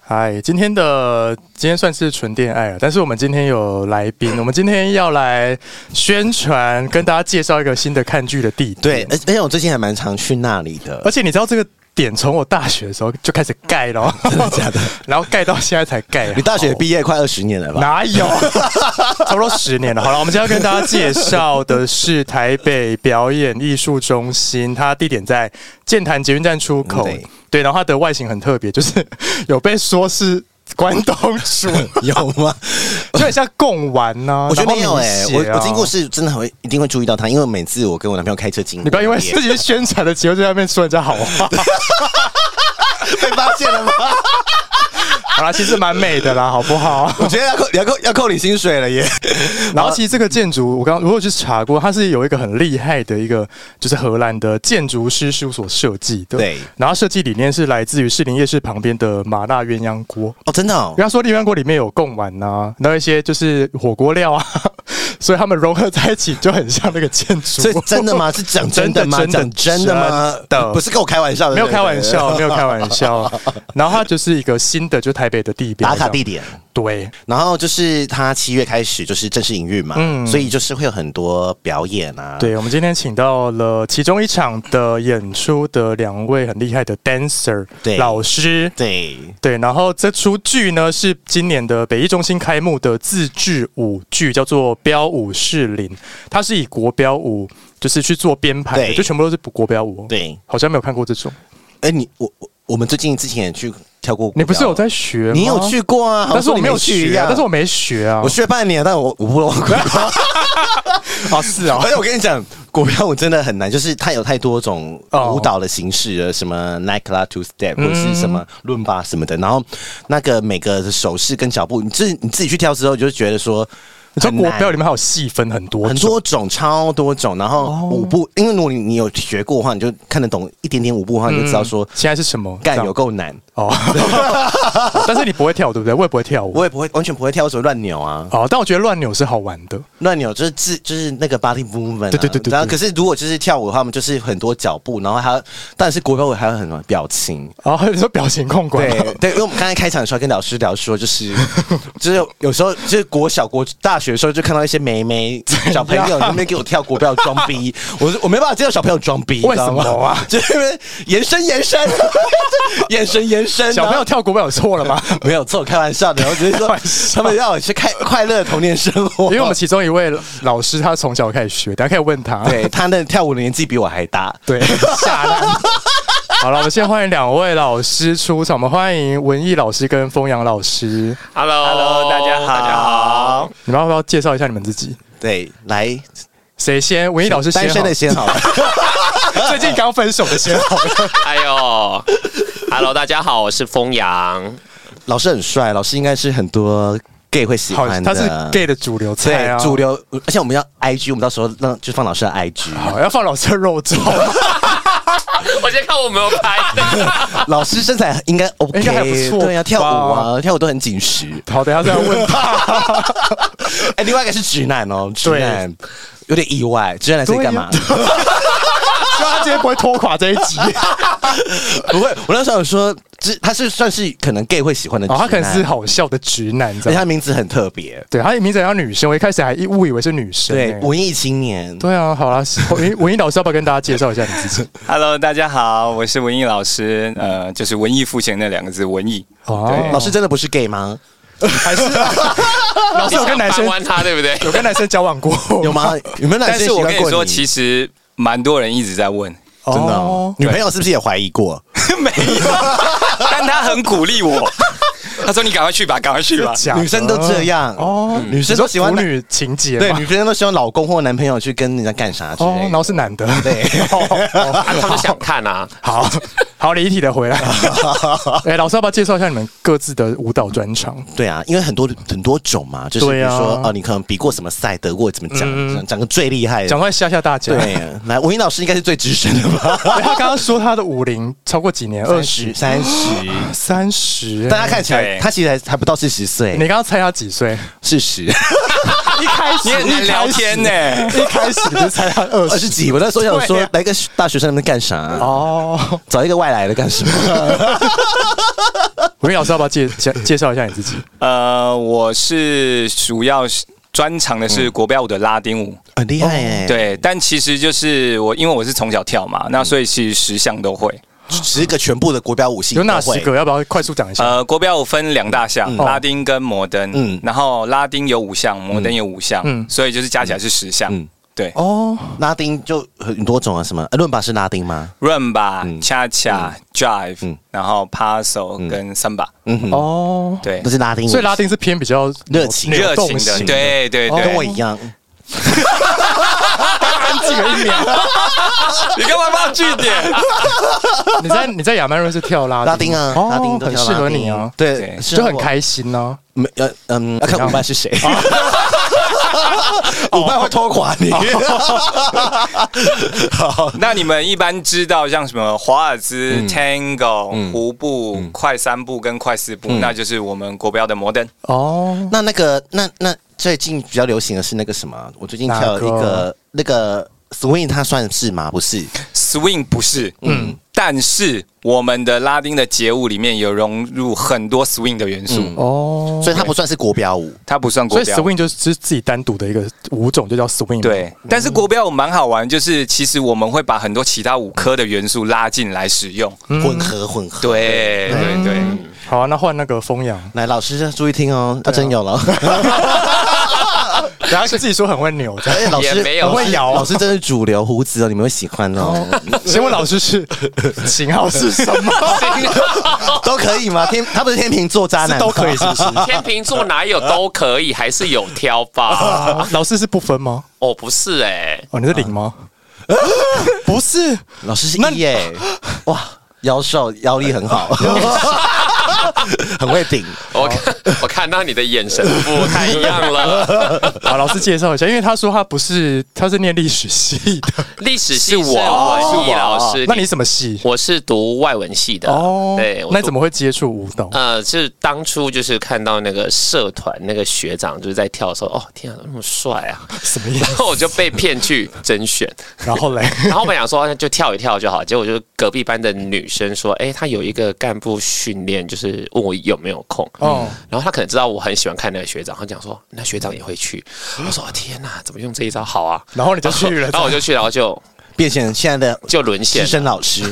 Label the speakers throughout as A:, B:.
A: 嗨，今天的今天算是纯恋爱了，啊但是我们今天有来宾，我们今天要来宣传，跟大家介绍一个新的看剧的地
B: 对
A: 点。，
B: 而而且我最近还蛮常去那里的
A: 而，且你知道这个点从我大学的时候就开始盖 了，真的
B: 假的？
A: 然后盖到现在才盖。啊
B: 你大学毕业快二十年了吧？
A: 哪有？ 差不多十年了。好了，我们今天要跟大家介绍的是台北表演艺术中心，它地点在建潭捷运站出口。
B: 嗯对
A: 对，然后它的外形很特别，就是 有被说是关东煮，
B: 有吗？
A: 就很像贡丸呐、
B: 我觉得没有
A: 哎、
B: 哎、我我经过是真的会一定会注意到他，因为每次我跟我男朋友开车经过，
A: 你不要因 为
B: 也
A: 自己宣传的节目在那边说人家好 话。
B: 被发现了吗？
A: 好啦，其实蛮美的啦，好不 好？
B: 我觉得要扣要扣要扣你薪水了耶！
A: 然后其实这个建筑，我刚如果去查过，它是有一个很厉害的一个，就是荷兰的建筑师事务所设计的。
B: 对
A: 然后设计理念是来自于士林夜市旁边的麻辣鸳鸯锅。
B: 哦，真的哦
A: 比，方说鸳鸯锅里面有贡丸呐、然后一些就是火锅料啊， 所以他们融合在一起就很像那个建筑。
B: 这真的吗？是讲真的吗？
A: 真的
B: 讲真的吗
A: 真？的
B: 不是跟我开玩笑的，
A: 没有
B: 对不对
A: 开玩 笑，没有开玩笑。然后它就是一个新的，就台北的地标
B: 打卡地点。
A: 对，
B: 然后就是他七月开始就是正式营运嘛，
A: 嗯
B: 所以就是会有很多表演啊，
A: 对，我们今天请到了其中一场的演出的两位很厉害的 dancer
B: 对
A: 老师。
B: 对
A: 对，然后这出剧呢是今年的北艺中心开幕的自制舞剧，叫做《标舞士林》，它是以国标舞就是去做编排的，
B: 对
A: 就全部都是国标舞、哦。，
B: 对。
A: 好像没有看过这种。
B: 哎、你我我我们最近之前也去跳过，
A: 你不是有？在学吗？
B: 你有去过啊？好
A: 但
B: 像
A: 是我
B: 你
A: 没有
B: 去一
A: 学啊
B: 样，
A: 但是我没学啊。
B: 我学半年，但我我不落过。
A: 啊，是啊
B: 而，且我跟你讲，国标舞真的很难，就是它有太多种
A: 哦嗯
B: 舞蹈的形式了，什么 n i k e l a two step 或者是什么伦巴什么的，然后那个每个的手势跟脚步，你自你自己去跳之后，你就觉得说。
A: 你说
B: 很
A: 国
B: 难
A: 标里面还有细分很多哦
B: 很
A: 种，
B: 多种，超多种。然后舞步，因为如果你你有学过的话，你就看得懂一点点舞步的话，你就
A: 嗯
B: 知道说，
A: 现在是什么？
B: 干、
A: 这样
B: 有够难。
A: 哦， 但是你不会跳，对不对？我也不会 跳舞。
B: 我也不会完全不会跳，所以乱扭啊，
A: 哦，但我觉得乱扭是好玩的。
B: 乱扭就是自就是那个 body movement、啊。
A: 对对对对
B: 然后
A: 对
B: 可是如果就是跳舞的话，我们就是很多脚步，然后还有，但是国标舞还有很多表情。
A: 哦，你说表情控管，
B: 对对，因为我们刚才开场的时候跟老师聊说，就是 就是有时候就是国小国大学的时候就看到一些妹妹小朋友在那边给我跳国标装 逼，我我没办法接受小朋友装逼，
A: 为什么
B: 你知道吗
A: 啊？
B: 就是因为延伸延伸， 眼神延伸，
A: 小朋友
B: 然后。
A: 跳国标有错了吗？
B: 没有错，开玩笑的。我只是说
A: 开玩，笑
B: 他们让我去开快乐的童年生活。
A: 因为我们其中一位老师他从小开始学，大家可以问他。
B: 对他那跳舞的年纪比我还大。
A: 对，吓烂。 好了，我们先欢迎两位老师出场，我们欢迎文艺老师跟风阳老师。
C: Hello，Hello，大家好，大家好。
A: 你们要不要介绍一下你们自己？
B: 对，来，
A: 谁先？文艺老师先
B: 单
A: 好，
B: 身的先好了。
A: 最近刚分手的先好了。
C: 哎呦，Hello，大家好，我是风阳。
B: 老师很帅，老师应该是很多 gay 会喜
A: 好，
B: 欢的。
A: 他是 gay 的主流菜啊，
B: 对，主流，而且我们要 IG，我们到时候让就放老师的 IG，
A: 好要放老师的肉照，
C: 我先看我有没有拍。
B: 老师身材应该 OK，
A: 应该还不错
B: 对啊，跳 舞啊，跳舞都很紧实。
A: 好，等一下再问他。
B: 哎，另外一个是直男哦，直
A: 对
B: 男有点意外，直男来这里干嘛？
A: 希 望他今天不会拖垮这一集。
B: 不会，我那时候有说，这他是算是可能 gay 会喜欢的直
A: 哦，
B: 男，
A: 他可能是，好笑的直男，这
B: 而且
A: 样。
B: 他名字很特别，
A: 对，他名字叫女生，我一开始还一误以为是女生、
B: 对
A: 欸，
B: 文艺青年，
A: 对啊，好啦， 文艺文艺老师要不要跟大家介绍一下你自己？
D: Hello，大家好，我是文艺老师，呃，就是文艺复兴那两个字，文艺。
A: 哦，
B: 老师真的不是 gay 吗？
A: 还是 老师有跟男生
C: 你想掰弯他，对不对？
A: 有跟男生交往过
B: 有？吗？有没有男生
D: 但是
B: 喜
D: 我跟
B: 欢
D: 你
B: 过
D: 说，
B: 你？
D: 其实蛮多人一直在问，
A: 真
B: 真的哦，女朋友是不是也怀疑过？
D: 没有， 但他很鼓励 我，他说你赶快去吧，赶快去吧。
A: 假的
B: 女生都这样
A: 嗯
B: 嗯
A: 哦，
B: 女生都喜欢
A: 你说腐女情节
B: 对，
A: 嘛
B: 女生都希望老公或男朋友去跟人家干啥之
A: 哦，
B: 类
A: 然后
B: 的。
A: 是男的，
B: 对
A: 哦
C: 啊他们想看啊。
A: 好好离题的回来。 哎，老师要不要介绍一下你们各自的舞蹈专场？
B: 对啊，因为很多很多种嘛，就是比
A: 对
B: 如
A: 啊嗯
B: 说，哦，你可能比过什么赛，得过怎么奖，讲讲个最厉害
A: 讲
B: 的。
A: 出来吓吓大家。
B: 对，来，文英老师应该是最资深的吧？
A: 对他刚刚说他的舞龄超过几年？ 二十、
B: 三十，
A: 三十。哎
B: 大家看起来
D: 对
B: 他其实还还不到四十岁
A: 你，刚刚猜他几岁？
B: 四十
A: 一开始
D: 你很难聊天呢、
A: 一开始就猜 他二
B: 二
A: 十
B: 十几。我那时候想
A: 对
B: 说
A: 啊，
B: 来个 大学生在那边干啥？
A: 哦。
B: 找一个外来的干什么？
A: 文宇老师要不要介介介绍一下你 自己？
D: 呃，我是主要是专长的是国标舞的拉丁舞，
B: 很厉害哎、，
D: 对，但其实就是我，因为我是从小跳嘛，那所以其实十项都会。
B: 十个全部的国标舞系
A: 有哪
B: 都会
A: 十？个？要不要快速讲一下？
D: 呃，国标舞分两大项，拉丁跟摩登，
B: 嗯
D: 嗯，然后拉丁有五项，摩登有五项，
A: 嗯
D: 所以就是加起来是十项。
B: 嗯
D: 对
A: 哦，
B: 拉丁就很多种啊，什么呃伦巴是拉丁吗？
D: ，rumba、
B: 嗯
D: cha cha、drive，、
B: 嗯
D: 然后 paso
B: 嗯
D: 跟 samba，、
B: 嗯哼，
A: 哦，
D: 对
B: 那，是拉丁舞，
A: 所以拉丁哦是偏比较
B: 热情
A: 扭
D: 热
A: 动
D: 情的，
A: 型，
D: 对对对。
B: 哦跟我一样。
A: 安静了一秒。
D: 你干嘛放据 点？
A: 你在你在亚曼瑞是跳拉
B: 拉丁啊，
A: 哦
B: 拉丁都
A: 很
B: 叫
A: 适
B: 拉
A: 合
B: 丁
A: 你啊，
B: 对
D: 对，
B: 是啊
A: 就很。开心啊呢。
B: 我没呃嗯，要看
A: 样哦
B: 舞伴是谁， 舞伴会拖垮你。
A: 哦
B: 好，
D: 那你们一般知道像什么华尔兹、
B: 嗯嗯
D: Tango、胡步、快三步跟快四步，那就是我们国标的摩登。
A: 哦，
B: 那那个那那最近比较流行的是那个什么？啊我最近跳了一
A: 哪
B: 个
A: 个嗯
B: 那个 swing，它算是吗？不是，
D: Swing 不是，嗯，但是我们的拉丁的节舞里面有融入很多 Swing 的元
B: 嗯
D: 素，
A: 哦，
B: 所以它不算是国标舞。
D: 它不算
A: 所
D: 国
A: 以
D: 标。
A: swing 嗯就是是自己单独的一个舞种，就叫 swing。，
D: 对，但是国标舞蛮好玩，就是其实我们会把很多其他舞科的元素拉进来使用。
A: 嗯
B: 混合混合。，
D: 对对对，
A: 好啊，那换那个风扬，
B: 来老师注意听哦，
A: 啊
B: 要真有了。
A: 然后自己说很会扭，这样
B: 哎，老师
D: 也没有
B: 老师
A: 会摇
B: 老师真是主流胡子哦，你们会喜欢哦，
A: 请问老师 是型号是什么？
B: 都可以吗？天，他不是天秤座渣男吗，
A: 都可以哦是不是？
C: 天秤座哪有都可以，还是有挑 吧？
A: 啊老师是不分吗？
C: 哦，不是哎、
A: 哦，你是零吗？
B: 啊
A: 不是，
B: 老师是一耶，哇，腰瘦腰力 很好，很会顶。
C: 我看 我看到你的眼神不太一样了。
A: 好，老师介绍一下，因为他说他不是，他是念历史系的，
C: 历史系是我
D: 是我
C: 文艺老师，
A: 那你什么系？
C: 我是读外文系的
A: 哦，
C: 对，我
A: 那你
C: 读
A: 怎么会接触舞蹈？
B: 啊
C: 呃，是当初就是看到那个社团那个学长就是在跳的时候，哦天啊，那么帅啊！
A: 什么意
C: 然
A: 思？
C: 后我就被骗去甄选，
A: 然后嘞，
C: 然后我们想说那啊就跳一跳就好，结果就是隔壁班的女生说，哎，她有一个干部训练，就是问我有没有空。
A: 哦，
C: 然后她可能知道我很喜欢看那个学长，她讲说那学长也会去。我说哦天哪，怎么用这一招好啊？
A: 然后你就去了
B: 哦
C: 然后我就去，然后就
B: 变成现在的
C: 就沦
B: 资
C: 陷了。
B: 深老师，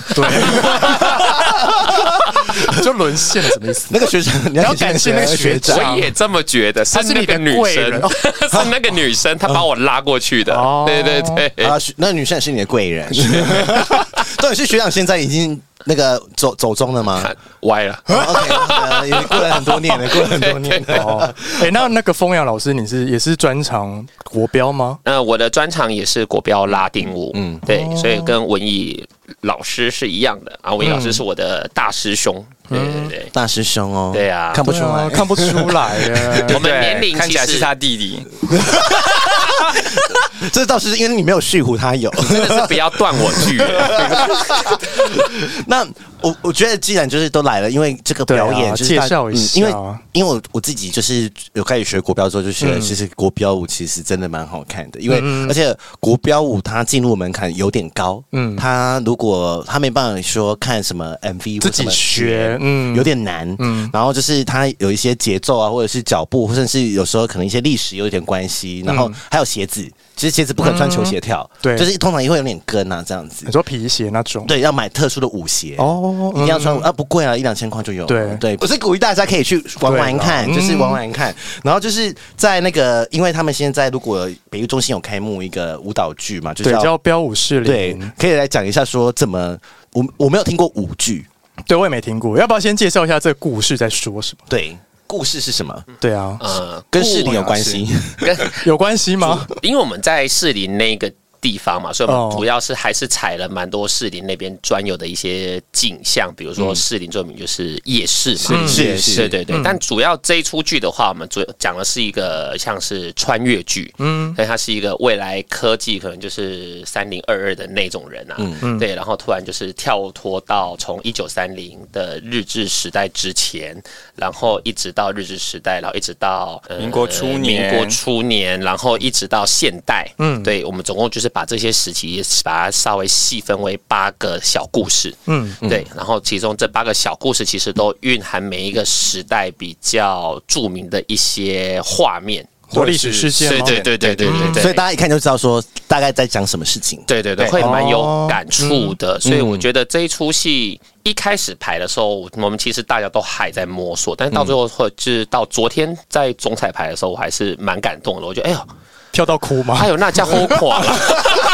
A: 就沦陷了，什么意思？
B: 那个学长，你
A: 要感谢那个学长
C: 我也这么觉得，是
A: 啊他是
C: 那
A: 你
C: 个
A: 的
C: 女
A: 贵
C: 生
A: 人，
C: 是那个女生，她把我拉过去的
A: 哦。
C: 对对对，
B: 啊，学那女生也是你的贵 人。到底是学长现在已经那个走走中了吗
C: 啊歪了。
B: 哦？OK，呃已经过了很多年了，过了 很多年了。
A: 哦，哎，那那个风阳老师，你是也是专长国标吗？
C: 那我的专长也是国标拉丁舞，嗯，对，所以跟文艺老师是一样的啊。文艺老师是我的大师兄，对对对
B: 大师兄哦，
C: 对啊
B: 看不出
A: 对啊
B: 来，
A: 看不出来耶
C: 对，我们
D: 对
C: 年龄
D: 看
C: 其
D: 起来是
C: 实
D: 他弟弟，
B: 这倒是因为你没有蓄胡，他有。
C: 真的是不要断我 句。
B: 那我我觉得既然就是都来了，因为这个表
A: 对
B: 演
A: 啊
B: 就是大嗯
A: 介绍一下
B: 因为因为我我自己就是有开始学国标之后，就觉得
A: 嗯
B: 其实国标舞其实真的蛮好看的，因为、而且国标舞它进入门槛有点高，嗯，
A: 嗯
B: 它如果它没办法说看什么 MV
A: 自己
B: 或什么
A: 学嗯
B: 有点难，嗯，然后就是它有一些节奏啊，或者是脚步，甚至有时候可能一些历史有一点关系，然后还有鞋子，其实鞋子不可能穿球鞋跳，
A: 嗯对
B: 就是通常也会有点跟啊这样子
A: 你，说皮鞋那种？
B: 对，要买特殊的舞鞋
A: 哦
B: 一定要穿啊，不贵啊，一两千块就有。
A: 对
B: 对，我是鼓励大家可以去玩玩看，
A: 对啦
B: 就是玩玩看。然后就是在那个，因为他们现在如果北艺中心有开幕一个舞蹈剧嘛，就
A: 对，
B: 叫
A: 叫标舞士
B: 对
A: 林。，
B: 可以来讲一下说怎么我我没有听过舞剧，
A: 对，我也没听过，要不要先介绍一下这个故事在说什么？
B: 对，故事是什么？
A: 对啊，
C: 呃，
B: 跟士林有关系，
C: 跟
A: 有关系吗？
C: 因为我们在士林那个地方嘛，所以我
A: 哦
C: 们主要是还是采了蛮多士林那边专有的一些景象，比如说士林最有名就是夜市嘛，
B: 是
C: 嗯夜市嗯
B: 是
C: 对对对。但主要这一出剧的话，我们主讲的是一个像是穿越剧，嗯，所以它是一个未来科技可能就是三零二二的那种人啊，对，然后突然就是跳脱到从一九三零的日治时代之前，然后一直到日治时代，然后一直到、呃
D: 民国初年
C: 民国初年，然后一直到现代，嗯，对我们总共就是把这些时期也把它稍微细分为八个小故事。
A: 嗯，
C: 对，然后其中这八个小故事其实都蕴含每一个时代比较著名的一些画面。
A: 或历史事件
C: 对
A: 吗？
C: 对对对对对对，
B: 所以大家一看就知道说大概在讲什么事情。
C: 对对对，
B: 对
C: 会蛮
A: 哦
C: 有感触的。所以我觉得这一出戏一开始排的时候，我们其实大家都还在摸索，但是到最后，或者是到昨天在总彩排的时候，我还是蛮感动的。我觉得，哎呦，
A: 跳到哭吗？
C: 还有哎那家伙垮了。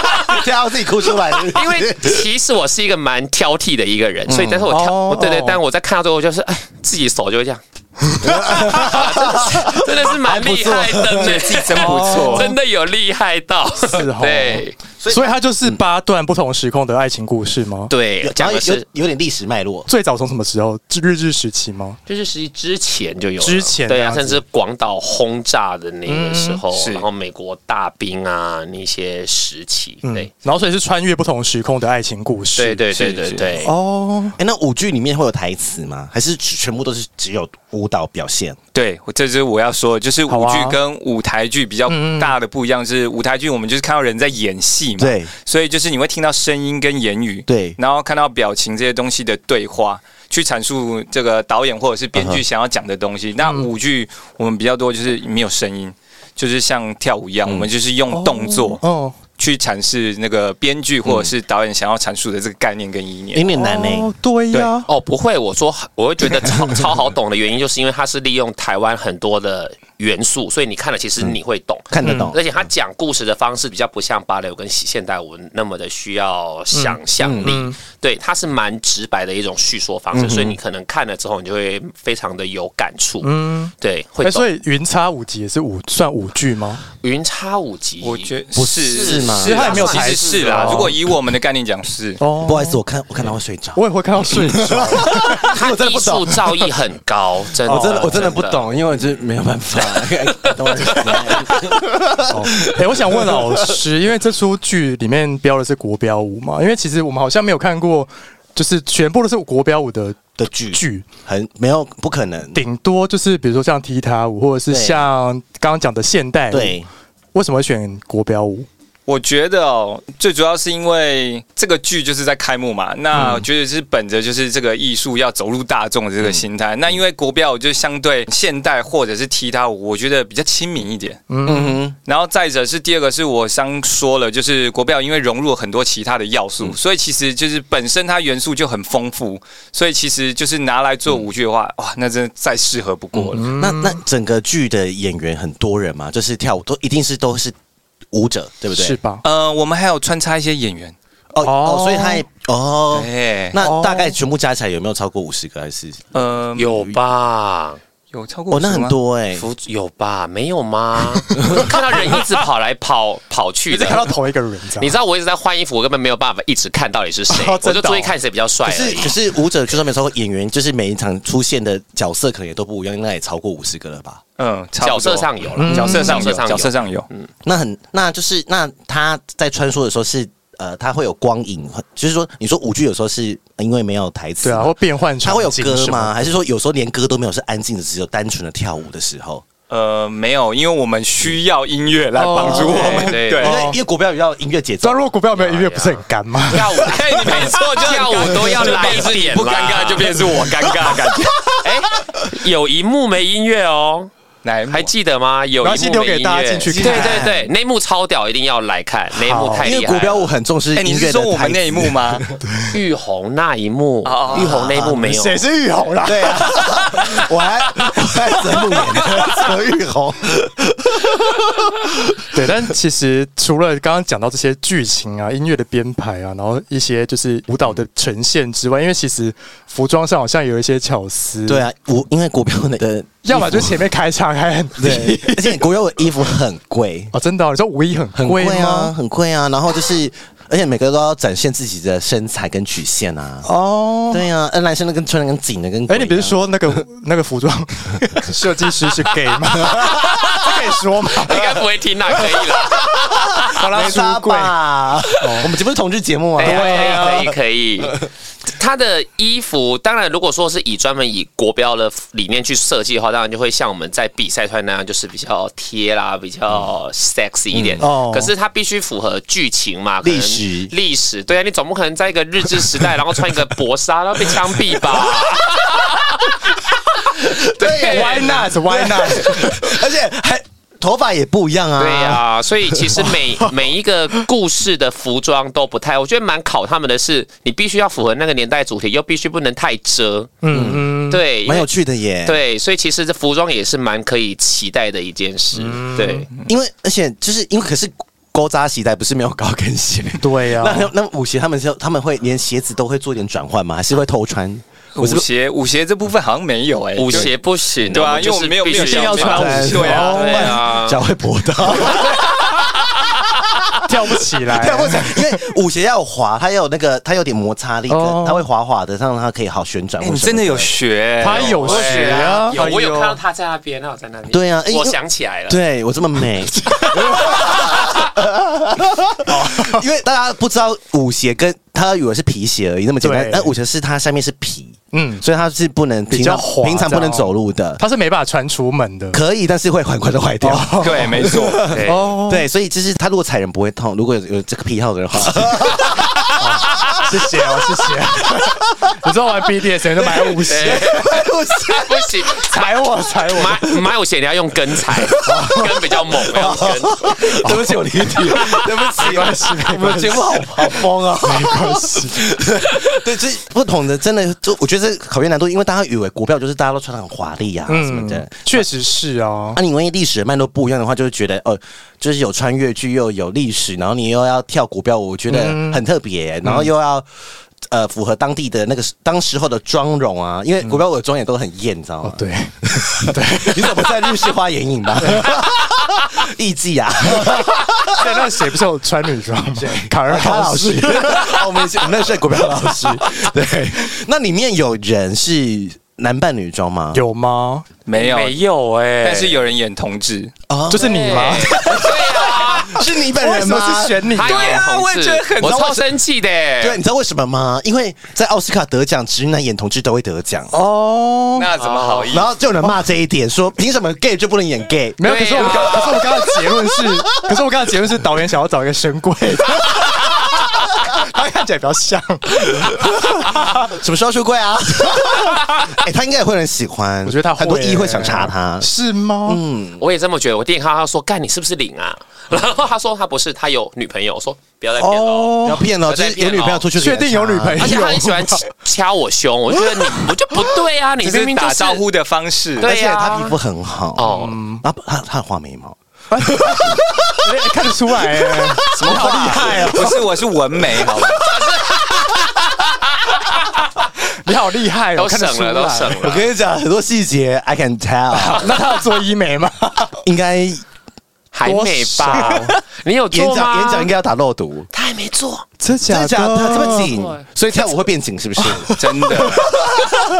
B: 这样自己哭出来，
C: 因 为其实我是一个蛮挑剔的一个人，所以但是我挑，
A: 哦
C: 我对对
A: 哦，
C: 但我在看到最后就是，哎，自己手就会这样，真的是真的是蛮厉害的呢，自己真
D: 不错
C: 真的有厉害到，
A: 哦
C: 对
A: 所以它就是八段不同时空的爱情故事吗？
C: 对
B: 有，
C: 讲的
B: 有有
C: 是
B: 有点历史脉络。
A: 最早从什么时候？日治时期吗？
C: 就是实际之前就有了，
A: 之前
C: 对
A: 这
C: 啊，
A: 样子
C: 甚至广岛轰炸的那个时候
D: 嗯是，
C: 然后美国大兵啊那些时期，对。，
A: 然后所以是穿越不同时空的爱情故事。
C: 对对对对
D: 是是
C: 对，
A: 哦，
B: 哎，那舞剧里面会有台词吗？还是只全部都是只有舞蹈表现？
D: 对，这就是我要说的，就是
A: 好
D: 舞
A: 啊
D: 剧跟舞台剧比较大的不一样，是舞台剧我们就是看到人在演戏嘛，
B: 对，
D: 所以就是你会听到声音跟言语，
B: 对
D: 然后看到表情这些东西的对话，去阐述这个导演或者是编剧想要讲的东西。那舞剧我们比较多就是没有声音，就是像跳舞一样，我们就是用动作
A: 哦，
D: 去阐释那个编剧或者是导演想要阐述的这个概念跟意念。
B: 有点难呢。欸
A: 哦，对呀，
C: 哦，不会，我说我会觉得超超好懂的原因，就是因为它是利用台湾很多的元素，所以你看了其实你会懂。
B: 看得懂
C: 而且他讲故事的方式比较不像芭蕾舞跟现代舞那么的需要想
B: 嗯
C: 象力，对，它是蛮直白的一种叙说
B: 嗯
C: 方式，所以你可能看了之后，你就会非常的有感触，嗯，对，会
A: 哎，
C: 懂。
A: 所以云差五集也是五算五剧吗？
C: 云差五集，
D: 我觉得
B: 不是吗
A: 其实他也没有
D: 其
A: 台
D: 实
A: 词
D: 是啦
A: 哦。
D: 如果以我们的概念讲是，
A: 哦，
B: 不好意思，我看我看到会睡着。
A: 我也会看到啊睡 着。
C: 他
B: 真的
C: 艺
B: 不懂
C: 术造诣很高， 真的，
B: 我真的我真的不。懂，因为我真的没有办 法。哎懂我意思
A: 哎、我想问老师，因为这出剧里面标的是国标舞嘛，因为其实我们好像没有看过，就是全部都是国标舞的
B: 的剧
A: 剧，
B: 很没有不可能。
A: 顶多就是比如说像踢踏舞，或者是
B: 对
A: 像刚刚讲的现代舞。
B: 对，
A: 为什么会选国标舞？
D: 我觉得哦，最主要是因为这个剧就是在开幕嘛，那我觉得是本着就是这个艺术要走入大众的这个心态。那因为国标舞就相对现代或者是踢踏舞，我觉得比较亲民一点。
B: 嗯
D: 然后再者是第二个是我刚说了，就是国标因为融入了很多其他的要素，所以其实就是本身它元素就很丰富，所以其实就是拿来做舞剧的话，哇，那真的再适合不过了。
B: 哼，那那整个剧的演员很多人嘛，就是跳舞都一定是都是舞者，对不对？
A: 是吧？
D: 呃，我们还有穿插一些演员，
B: 哦
A: 哦
B: 哦，所以他也哦，
D: 哎，那
B: 那大概全部加起来有没有超过五十个？还是
D: 呃有
C: 有吧？
D: 有超过
B: 哦，那
D: 50吗
B: 很多哎，
C: 服有吧？没有吗？我看到人一直跑来跑跑
A: 一
C: 去
A: 直
C: 的，
A: 看到同一个人，
C: 你知道我一直在换衣服，我根本没有办法一直看到底是谁，
A: 哦真
C: 我
A: 的哦
C: 就注意看谁比较帅
B: 可
C: 而
B: 是
C: 已。
B: 可是舞者就算没超过演员，就是每一场出现的角色可能也都不一样，应该也超过五十个了吧？
D: 嗯，差不
C: 角
D: 多
C: 色上有了，
D: 角色上有，角
C: 角色
D: 色
C: 上
D: 上有。
B: 那很那就是那他在穿梭的时候是呃，他会有光影，就是说你说舞剧有时候是因为没有台词
A: 对
B: 嘛，
A: 啊，或变换
B: 它
A: 场
B: 会有
A: 景
B: 歌
A: 什么
B: 吗？？还是说有时候连歌都没有，是安静的，只有单纯的跳舞的时候？
D: 呃，没有，因为我们需要音乐来帮助我们。
C: 哦对
D: 对
B: 因为
A: 哦
B: 因为国标比较音乐节
A: 知
B: 奏
A: 道，如果国标没有音乐，不是很干吗？
C: 跳舞，
D: 哎，你没错，就是
C: 跳舞都要来一
D: 你
C: 点啦
D: 不尴尬就变成是我尴尬的感觉。
C: 哎，有一幕没音乐哦，
D: 来，
C: 还记得吗？有
A: 然后
C: 一
A: 先
C: 幕
A: 丢
C: 没
A: 给
C: 音
A: 大家
C: 乐，
A: 进去
C: 对
A: 看
C: 对对，那一幕超屌，一定要来看，那一幕太
B: 因
C: 厉
B: 为
C: 害了。
B: 国标舞很重视
D: 哎，
B: 音乐的
D: 你是说我们那一幕
B: 台词？
D: 吗？
C: 玉红那一幕
D: 哦，
C: 玉红那一幕没有，
A: 谁是玉红啦？
B: 对啊，我还我还折木眼，折玉 红。
A: 对，但其实除了刚刚讲到这些剧情啊、音乐的编排啊，然后一些就是舞蹈的呈现之外，因为其实服装上好像有一些巧思。
B: 对，啊，我因为国标的的，
A: 要么就前面开叉开很低
B: 对，而且国标的衣服很贵，
A: 哦，真的哦、你说五一很
B: 很贵
A: 吗？
B: 啊，很贵啊。然后就是，而且每个都要展现自己的身材跟曲线啊。
A: 哦，
B: 对啊，呃，男生的跟穿的跟紧的跟
A: 哎、
B: 鬼一样……
A: 你不是说那个那个服装 设计师是 gay 吗？ 这可以说吗？
C: 应该不会听啦，可以啦，
A: 好啦，
B: 没
A: 书
B: 搭
A: 柜哦
B: 吧？我们这不是同志节目啊？
C: 对啊
A: 啊
C: 可以可以，可以它的衣服，当然如果说是以专门以国标的理念去设计的话，当然就会像我们在比赛团那样，就是比较贴啦，比较 sexy 一点。
A: 哦
C: 可是它必须符合剧情嘛，可能
B: 历史
C: 历史，对啊，你总不可能在一个日治时代，然后穿一个薄纱，然后被枪毙吧？对
A: ，Why not？Why not？
B: 而且还头发也不一样啊。
C: 对呀、所以其实每每一个故事的服装都不太，我觉得蛮考他们的是，你必须要符合那个年代主题，又必须不能太遮。
A: 嗯嗯，
C: 对，
B: 蛮有
C: 趣。
B: 趣的耶。，
C: 对，所以其实这服装也是蛮可以期待的一件事。
D: 嗯
C: 对，
B: 因为而且就是因为可是勾扎鞋带不是没有高跟鞋。
A: 对啊呀、
B: 那那舞鞋他们是他们会连鞋子都会做点转换吗？还是会偷穿？
D: 舞鞋舞鞋这部分好像没有哎，
C: 舞
D: 就
C: 鞋不行、
D: 对啊，
C: 们
D: 因为我
C: 就是
D: 们没有
C: 必
D: 必
C: 须
D: 须
A: 要穿舞鞋
D: 对啊，
A: 哦
D: 对啊。
B: 脚会跛到，
A: 跳不起来，
B: 对，或者因为舞鞋要滑，它要有那个它有点摩擦力，
A: 哦
B: 它会滑滑的，让它可以好旋转
D: 哎
B: 或什么。
D: 你真的有学？
A: 他有学啊，
C: 有，我有
A: 哎呦
C: 看到他在那边，然后我在那边。
B: 对啊哎
C: 我
B: 因为
C: 想起来了。
B: 对我这 么美，因为大家不知道舞鞋跟他以为是皮鞋而已，那么简单
A: 对。
B: 但舞鞋是它下面是皮，
A: 嗯，
B: 所以它是不能
A: 比较
B: 平常
A: 滑
B: 平常不能
A: 这样
B: 走路的。
A: 他是没办法穿出门的。
B: 可以，但是会很快的坏掉。
D: 对，没错。
C: 对
A: 哦，
B: 对，所以就是他如果踩人不会痛，如果有有这个癖好的人，
A: 谢谢哦，谢 谢。你知道玩 BDSM 就买舞鞋，
C: 不行，
A: 踩我踩我。
C: 买买舞鞋你要用跟踩，跟比较猛，要用跟。
B: 对不起，我离 题，对不起，没关系，我们节目好好疯啊，没关系。 对，这不同的真的就我觉得这考验难度，因为大家以为国标就是大家都穿的很华丽啊
A: 嗯
B: 什么的。
A: 确实是啊
B: 啊，。你因为历史的脉络不一样的话，就会觉得哦、呃就是有穿越剧，又有历史，然后你又要跳国标舞，我觉得很特别、然后又要呃符合当地的那个当时候的妆容啊，因为国标舞的妆也都很艳，你知道吗？
A: 哦，对，
B: 你怎么在日式花眼影 吧？艺伎啊，
A: 在那谁不是有穿女装吗？卡尔
B: 卡
A: 老
B: 老
A: 师
B: 师，啊我们以前我们那是国标老师。 对，那里面有人是男扮女装吗？
A: 有吗？
D: 没有，
C: 没有哎，
D: 但是有人演同志，
B: 啊
A: 就是你吗？
C: 对啊，
B: 是你本
A: 为什
B: 人吗
A: 么？是选你？啊
C: 他有演同
D: 我也
C: 志
D: 觉得很
C: 我超生气的欸。
B: 对，你知道为什么吗？因为在奥斯卡得奖，直男演同志都会得奖，
A: 哦，
D: 那怎么啊好意思
B: 然？后就有人骂这一点，说凭什么 gay 就不能演 gay？
A: 没有，可是我们
C: 对
A: 刚，可是我们刚刚的结论是， 可是我刚刚的结论是导演想要找一个神 棍，他看起来比较像。
B: 什么时候出柜 啊？哎，他应该也会有人喜欢，
A: 我觉得他
B: 很多
A: 会欸
B: 一会想查他。
A: 是吗？嗯，
C: 我也这么觉得。我电他他说干你是不是领啊？然后他说他不是，他有女朋友。我说不要再骗了。
B: 不要
A: 哦，
B: 骗了，
C: 不要
B: 就
C: 再
B: 是有
C: 骗
B: 女朋友
C: 了
B: 出去，
A: 确定 有女朋友哎
C: 而且他很喜欢
A: 有
C: 掐我胸，我觉得你我就不 对啊，你
D: 只
C: 明
D: 是
C: 明就
D: 打
C: 是
D: 招呼的方式。
C: 对
B: 而且
C: 啊
B: 他皮肤很好
C: 哦
B: 哦，啊，不他他画眉毛，
A: 哎看得出来 哎，
D: 什么好厉害啊？不是，我是纹眉，好吧？
A: 你好厉害哦，
C: 都
A: 看
C: 省
A: 得出来
C: 了，都省
B: 我
C: 了。
B: 跟你讲很多细节，I can tell，
A: 那他有做医美吗？
B: 应该演
C: 还没吧？你有
B: 讲
C: 做吗？
B: 演讲应该要打肉毒，
C: 他还没做，
A: 真
B: 真的
A: 假
B: 假的？这么
A: 紧？
B: 紧，所以跳舞会变紧是不是？
D: 真的？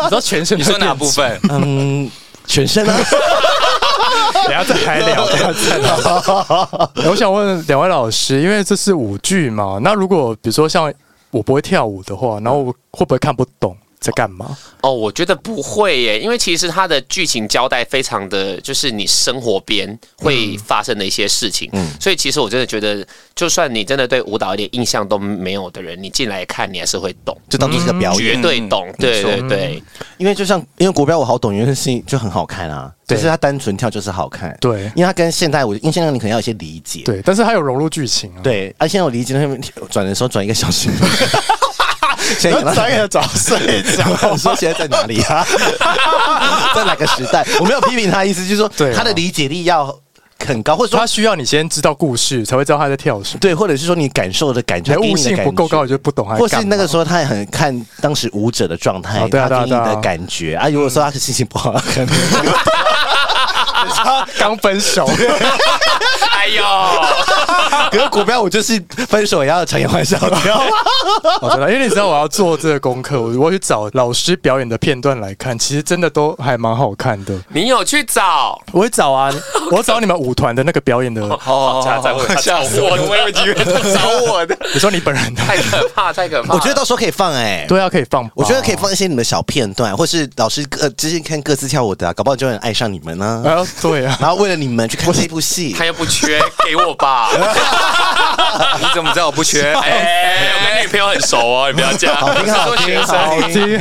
A: 你说全身？
D: 你说哪部？ 分？
B: 嗯，全身啊，
A: 等一下再来聊。等一下再 聊我想问两位老师，因为这是舞剧嘛，那如果比如说像我不会跳舞的话，然后我会不会看不懂在干嘛？
C: 哦，我觉得不会耶，因为其实它的剧情交代非常的就是你生活边会发生的一些事情，
A: 嗯
C: 所以其实我真的觉得，就算你真的对舞蹈一点印象都没有的人，你进来看你还是会懂，
B: 就当做是个
A: 哦
B: 表演。
C: 绝对
A: 嗯
C: 懂，对对对，
B: 因为就像因为国标舞好懂，因为是就很好看啊，
A: 对
B: 就是它单纯跳就是好看，
A: 对
B: 因为它跟现代舞，因为现在你可能要有一些理解，
A: 对，但是它有融入剧情啊。
B: 对，而现在我理解他们转的时候转一个 小时。现在演到
A: 那转给他早 睡着
B: 我说现在在哪里 啊？在哪个时代？我没有批评他，意思就是说
A: 对啊
B: 他的理解力要很高，或者
A: 他
B: 说
A: 需要你先知道故事，才会知道他在跳什么。
B: 对，或者是说你感受的感
A: 你
B: 觉，
A: 的
B: 给
A: 悟
B: 你的
A: 性
B: 感
A: 不够
B: 觉
A: 高，你就不懂他在
B: 或
A: 干
B: 是
A: 嘛
B: 那个时候他也很看当时舞者的状态
A: 哦，对啊
B: 他给你
A: 对啊对啊
B: 的感觉啊。如果说他心情不好，可能
A: 他刚分 手，
C: 哎呦，
B: 可是国标舞就是分手也要强颜欢笑的。
A: 我知道，哦因为你知道我要做这个功课，我我去找老师表演的片段来看，其实真的都还蛮好看的。
C: 你有去找？
A: 我会找啊，我找你们舞团的那个表演的，
C: 哦，他在问，
D: 吓
C: 吓
D: 死
C: 我
D: 我！
C: 了，
D: 我以为几个人都找我的。
A: 你说你本人的，
C: 太可怕，太可怕了。
B: 我觉得到时候可以放哎、
A: 对啊，可以放吧，
B: 我觉得可以放一些你们小片段，或是老师各之前看各自跳舞的啊、搞不好就很爱上你们呢、
A: 哎呦，对啊，
B: 然后为了你们去看这部戏
C: 他，又不缺，给我吧。
D: 你怎么知道我不缺？
C: 哎，我跟女朋友很熟哦，你不要这样。
B: 好听好
C: 我是说学
B: 听
C: 生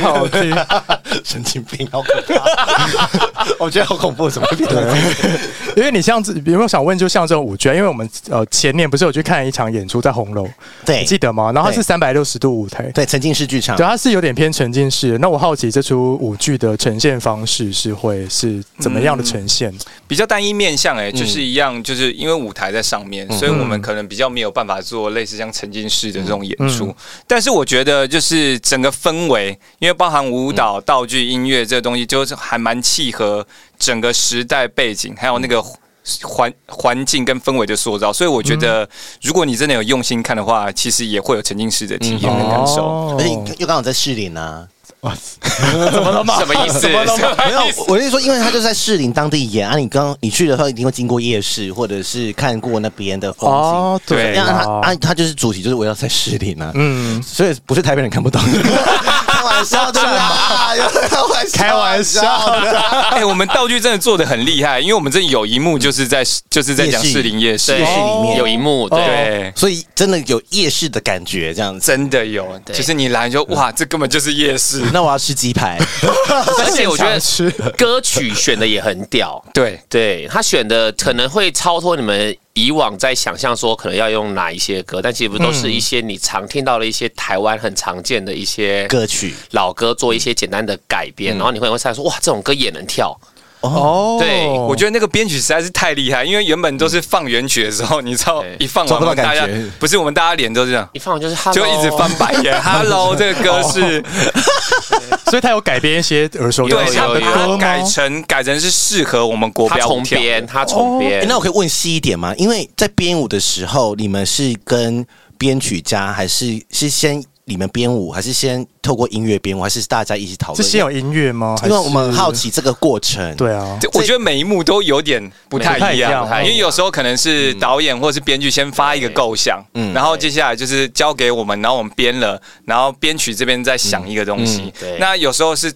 B: 好
A: 好听好听。
B: 神经病，好可怕！我觉得好恐怖，怎么会变成这样？
A: 因为你像这有没有想问，就像这种舞剧啊，因为我们呃前年不是有去看一场演出在红楼，
B: 对
A: 你记得吗？然后它是
B: 哎对
A: 三百六十度舞台，
B: 对，沉浸式剧场
A: 对，，它是有点偏沉浸式的。那我好奇这出舞剧的呈现方式是会是怎么
B: 嗯
A: 样的呈现？
D: 比较单一面向哎、就是一样，就是因为舞台在上面，所以我们可能比较没有办法做类似像沉浸式的这种演出。但是我觉得就是整个氛围，因为包含舞蹈、道具、音乐这东西，就是还蛮契合整个时代背景，还有那个。环环境跟氛围的塑造，所以我觉得，如果你真的有用心看的话，其实也会有沉浸式的体验跟感受。
A: 哦
B: 而且又刚好在士林啊。
A: 怎么了嘛？
C: 什么意思？ 什
B: 没有
C: 么意思？，
B: 我是说，因为他就在士林当地演啊。你刚你去的时候，一定会经过夜市，或者是看过那边的风景。
A: 哦，
D: 对
A: 对
B: 那他
A: 啊，
B: 啊，他就是主题就是围绕在士林啊。
A: 嗯，
B: 所以不是台北人看不懂，开玩笑的啦，开玩笑，
A: 开玩笑
B: 的。
D: 哎、我们道具真的做的很厉害，因为我们这有一幕就是在就是在讲
B: 夜市
D: 士林夜市，
C: 对
B: 夜市里面
C: 有一幕，
A: 哦
C: 对，
D: 对，
B: 所以真的有夜市的感觉，这样子。
D: 真的有，
C: 对
D: 就是你来就哇，
A: 嗯
D: 这根本就是夜市。
B: 那我要吃鸡排，
C: 而且我觉
A: 想吃
C: 得歌曲选的也很屌。
D: 对，
C: 对他选的可能会超脱你们以往在想象说可能要用哪一些歌，但其实不都是一些你常听到的一些台湾很常见的一些
B: 歌曲
C: 老歌做一些简单的改编，然后你会会猜说哇这种歌也能跳，
A: 哦，
C: 对
D: 我觉得那个编曲实在是太厉害，因为原本都是放原曲的时候，你知道
C: 对
D: 一放
B: 找
D: 完，
B: 不到
D: 我们大家
B: 感觉
D: 不是我们大家脸都是这样，
C: 一放就是他
D: 就一直翻白 眼。Hello，这个歌是
A: 得，所以他 有改编一些耳熟能
D: 对，他
A: 详的
D: 把
A: 歌
D: 它
A: 吗？
D: 改成改成是适合我们国
C: 他
D: 标啊哦舞
C: 重
D: 跳的。
C: 编，他重
B: 诶
C: 编
B: 哎那。我可以问细一点吗？因为在编舞的时候，你们是跟编曲家，还是是先你们编舞，还是先透过音乐编舞，还是大家一起讨
A: 是
B: 论？
A: 先有音乐吗？
B: 因为我们
A: 还
B: 很
A: 是
B: 好，奇这个过程。
A: 对啊，
D: 对我觉得每一幕都有点不太一样
A: 不太一，样
D: 因为有时候可能是导演或是编剧先发一个构想，
B: 嗯
D: 然后接下来就是交给我们，然后我们编了，然后编曲这边再想一个东西。
C: 嗯对
D: 那有时候是。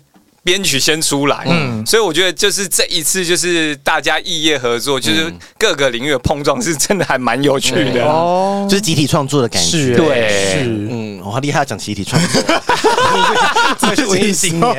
D: 编曲先出来，嗯，所以我觉得就是这一次就是大家异业合作，就是各个领域的碰撞是真的还蛮有趣的。
A: 哦
B: 就，是集体创作的感觉。
A: 是
C: 对
A: 欸是。
B: 嗯，我好厉害，讲集体创作， 这 是
A: 嗯
B: 唯一今年。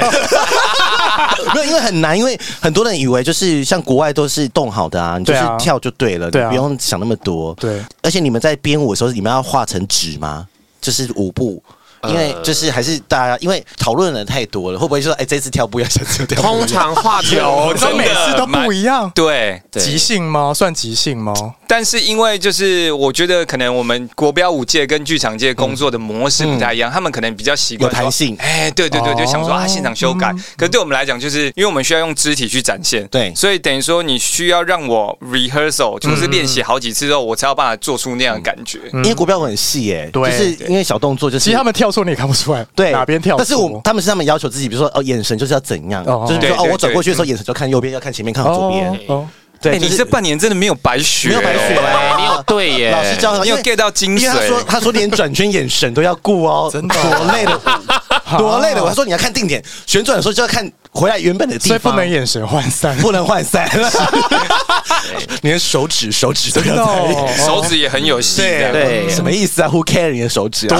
B: 没有，因为很难，因为很多人以为就是像国外都是动好的啊，你就是
A: 对啊
B: 跳就对了，
A: 对啊
B: 你不用想那么多。
A: 对，
B: 而且你们在编舞的时候，你们要画成纸吗？就是舞步。
D: 呃
B: 因为就是还是大家，因为讨论的人太多了，会不会说，哎，这次跳不要，下次跳不一 样
C: 通 常画成
D: 有
A: 这
D: 真
A: 每
D: 的
A: 次都不一样，
D: 对，
B: 对
A: 即兴吗？算即兴吗？
D: 但是因为就是我觉得可能我们国标舞界跟剧场界工作的模式不太一样，他们可能比较习惯
B: 嗯有弹性
D: 说哎，对对对，
A: 哦
D: 就想说啊现场修改
A: 嗯。
D: 可是对我们来讲，就是因为我们需要用肢体去展现，
B: 对
D: 所以等于说你需要让我 rehearsal，就是练习好几次之后，我才有办法做出那样的感觉。
B: 因为国标舞很细哎，就
A: 嗯对
B: 是因为小动作，就是
A: 其实他们跳错你也看不出来，
B: 对
A: 哪边跳错。
B: 但是我他们是他们要求自己，比如说哦，眼神就是要怎样，
A: 哦
B: 就是比如说哦，
D: 对对
B: 我转过去的时候，眼神就要看右边，要看前面，看左边。
A: 哦哦
B: 对，
D: 哎
B: 就
D: 你
B: 是
D: 这半年真的没有白学，
B: 没有白学啊
C: 对你有对耶，
B: 老师教很好
D: 你有
B: 因为
D: get 到精
B: 因为他说
D: 髓。
B: 他说连转圈眼神都要顾哦，
A: 真的哦
B: 多累的舞， 多累的舞。他说你要看定点，旋转的时候就要看回来原本的地
A: 所以
B: 方，
A: 不能眼神涣散。
B: 不能涣散，连手指手指都要在
A: 哦
B: 意。
D: 手指也很有戏，
B: 对
D: 这样
C: 对
B: 什么意思啊？Who care 你的手指啊？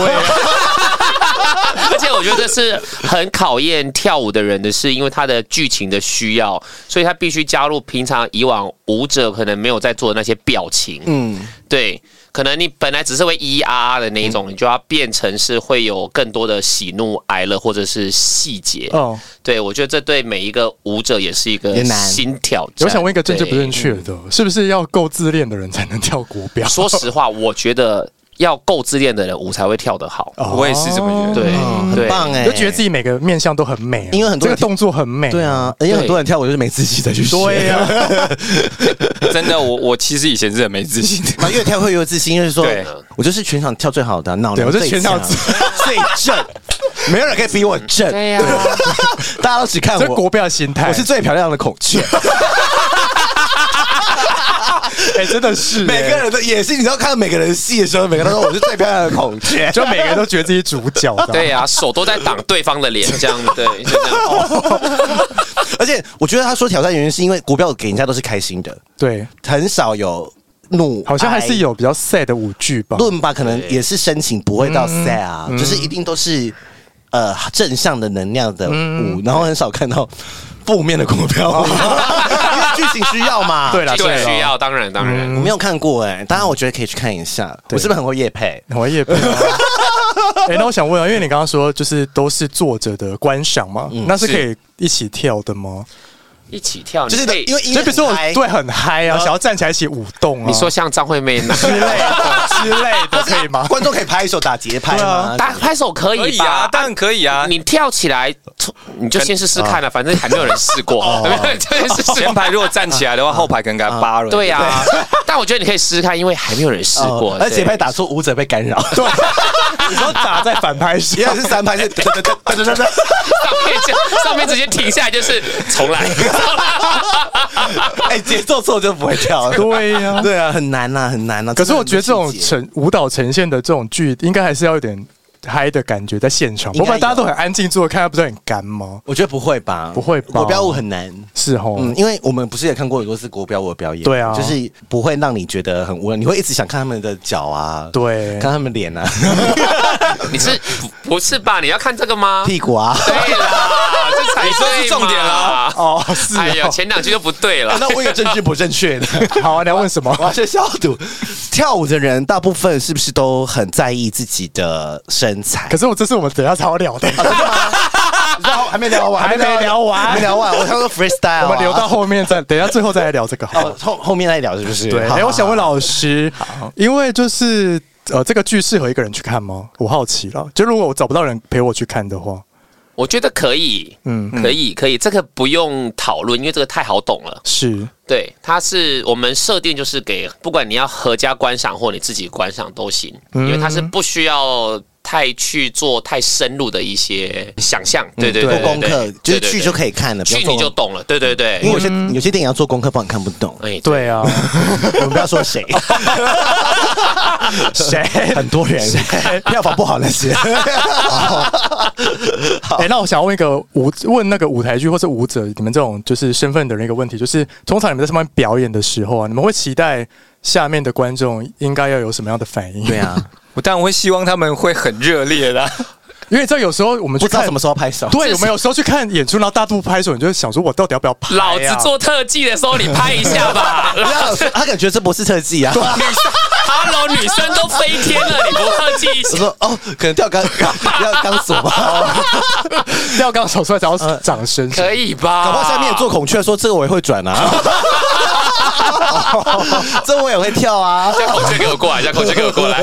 C: 而且我觉得是很考验跳舞的人的是，因为他的剧情的需要，所以他必须加入平常以往舞者可能没有在做的那些表情。嗯，对，可能你本来只是会咿啊啊的那一
D: 嗯
C: 种，你就要变成是会有更多的喜怒哀乐或者是细节。
A: 哦，
C: 对，我觉得这对每一个舞者也是一个
B: 也难
C: 新挑战。
A: 我想问一个政治不正
C: 对。
A: 确的，是不是要够自恋的人才能跳国标？
C: 说实话，我觉得要够自恋的人舞才会跳得好。
A: 哦
D: 我也是这么觉得。
C: 对，
B: 很
C: 对
B: 棒哎，
A: 你就觉得自己每个面相都很美啊，
B: 因为很多
A: 这
B: 人
A: 个动作很美。
B: 对，啊，因为很多人跳舞就是没自信再去学，
A: 对呀，
D: 真的，我我其实以前是很没自 信的。
B: 然后越跳会越自信，就是说
D: 对
B: 我就是全场跳最好的，脑
A: 对
B: 梁
A: 我是
B: 最
A: 全场
B: 强
A: 最
B: 最正，没有人可以比我正，
C: 对呀、
B: 大家都只看
A: 这
B: 我
A: 哎国。标的心态，
B: 我是最漂亮的孔雀，
A: 哎、真的是、
B: 每个
A: 哎。
B: 人的也是，你知道看到每个人戏的时候，每个人都说我是最漂亮的孔雀
A: 哎 就每个人都觉得自己主角，
C: 对呀、手都在挡对方的脸，这样对， 就这样。
B: 而且我觉得他说挑战原因是因为国标给人家都是开心的，
A: 对，
B: 很少有怒，
A: 好像还是
B: 有。
A: 有比较 sad 的舞剧吧。
B: 论吧，可能也是深情，不会到
A: 嗯
B: sad 啊，就是一定都是呃正向的能量的舞，
A: 嗯
B: 然后很少看到负面的股 票舞，因为剧情需要嘛。
A: 对啦，
C: 就
A: 对
C: 需
A: 啦，
C: 要，当然当然。
B: 我没有看过哎、当然我觉得可以去看一下。我是不是很会夜 配？
A: 我也不。 哎、那我想问啊，因为你刚刚说就是都是坐着的观赏嘛，
B: 嗯
A: 那是可以一起跳的吗？
C: 一起跳，
B: 就是
C: 你可以
B: 因为音
A: 就
B: 乐
A: 比如说我
B: 很嗨
A: 对很嗨啊，想要站起来一起舞动啊，
C: 你说像张惠妹 那，
A: 之类的之类的可以吗？
B: 观众可以拍手打节拍
A: 啊
B: 吗？
C: 打拍手可
D: 可
C: 以
D: 以
C: 吧
D: 啊，？当然可以啊，
C: 你跳起来，你就先试试
B: 啊
C: 看了，啊反正还没有人试过，
B: 哦
C: 对， 就是试
D: 前排如果站起来
B: 啊
D: 的话，后排可能给他扒了。
C: 对呀、但我觉得你可以试试看，因为还没有人试过
B: 哦。而
C: 对
B: 节拍打 错，舞者被干扰。
A: 对， 你说打在反拍
B: 一
A: 上
B: 样，是三拍是噔噔噔噔噔噔噔，
C: 上面就上面直接停下来，就是重来。
B: 哎，节奏错就不会跳了。
A: 对呀、
B: 对啊，很难呐，很难呐。
A: 可是我觉得这种
B: 很多细节
A: 呈舞蹈呈现的这种剧，应该还是要有点嗨的感觉在现场，
B: 应
A: 不
B: 该有
A: 然大家都很安静坐着看，不是很干吗？
B: 我觉得不会吧？
A: 不会吧
B: 国标舞很难。
A: 是哦，
B: 嗯，因为我们不是也看过很多次国标舞的表演，
A: 对啊
B: 就是不会让你觉得很无聊，你会一直想看他们的脚啊，，
A: 对，
B: 看他们脸啊，
C: 你是不不是吧？你要看这个吗？
B: 屁 股啊。
C: 对啦，这才你
D: 说是重点啦。啊
A: 哦，是
B: 啊
C: 哎呀，
A: 哦，
C: 前两句就不对了。
B: 那我有政治不正确的，
A: 好啊，你要问 什么
B: 我？要先消毒。跳舞的人大部分是不是都很在意自己的身材？
A: 可是我这是我们等一下才要聊的，
B: 啊你知道还没聊 完，
A: 还没聊完
B: 还没聊 完。我想说 freestyle，啊
A: 我们留到后面再，等一下最后再来聊这个好了
B: 哦。后后面再聊是不是？
A: 对，
B: 好
A: 哎，我想问，老师，因为就是呃，这个剧适合一个人去看吗？我好奇了，就如果我找不到人陪我去看的话，
C: 我觉得可以，
A: 嗯，
C: 可以，可以，这个不用讨论，因为这个太好懂了。
A: 是
C: 对，它是我们设定就是给，不管你要合家观赏或你自己观赏都行，
B: 嗯
C: 因为它是不需要太去做太深入的一些想象。对对
B: 做
C: 对，
B: 功课就是去就嗯
C: 以，
B: 可以看了，不
C: 去
B: 用
C: 你
B: 做功
C: 就
B: 课。
C: 懂了。对对对，
B: 因为有些有些电影要做功课，不然看不懂。
C: 哎，
A: 对啊，
B: 我们不要说谁，
A: 谁？
B: 很多人票房不好那些。
A: 哎、那我想问一个舞问那个舞台剧或是舞者你们这种就是身份的人一个问题，就是通常你们在上面表演的时候啊，你们会期待下面的观众应该要有什么样的反应？
B: 对，啊，
D: 我当然会希望他们会很热烈啦。
A: 因为这有时候我们
B: 不
A: 去
B: 知道
A: 看
B: 什么时候拍手。
A: 对，我们有时候去看演出，然后大部拍手，你就会想说，我到底要不要拍、啊？
C: 老子做特技的时候，你拍一下 吧。
B: 不要，啊他感觉这不是特技啊。
C: Hello，女生都飞天了，你不特技一
B: 我
C: 下？
B: 说哦，可能吊钢 吊钢索 吧，
A: 吊钢手出来，然后掌声，
C: 可以吧？
B: 搞不好下面有做孔雀说这个我也会转啊，哦 这我也会跳啊，
C: 叫孔雀给我过来，叫孔雀给我过来。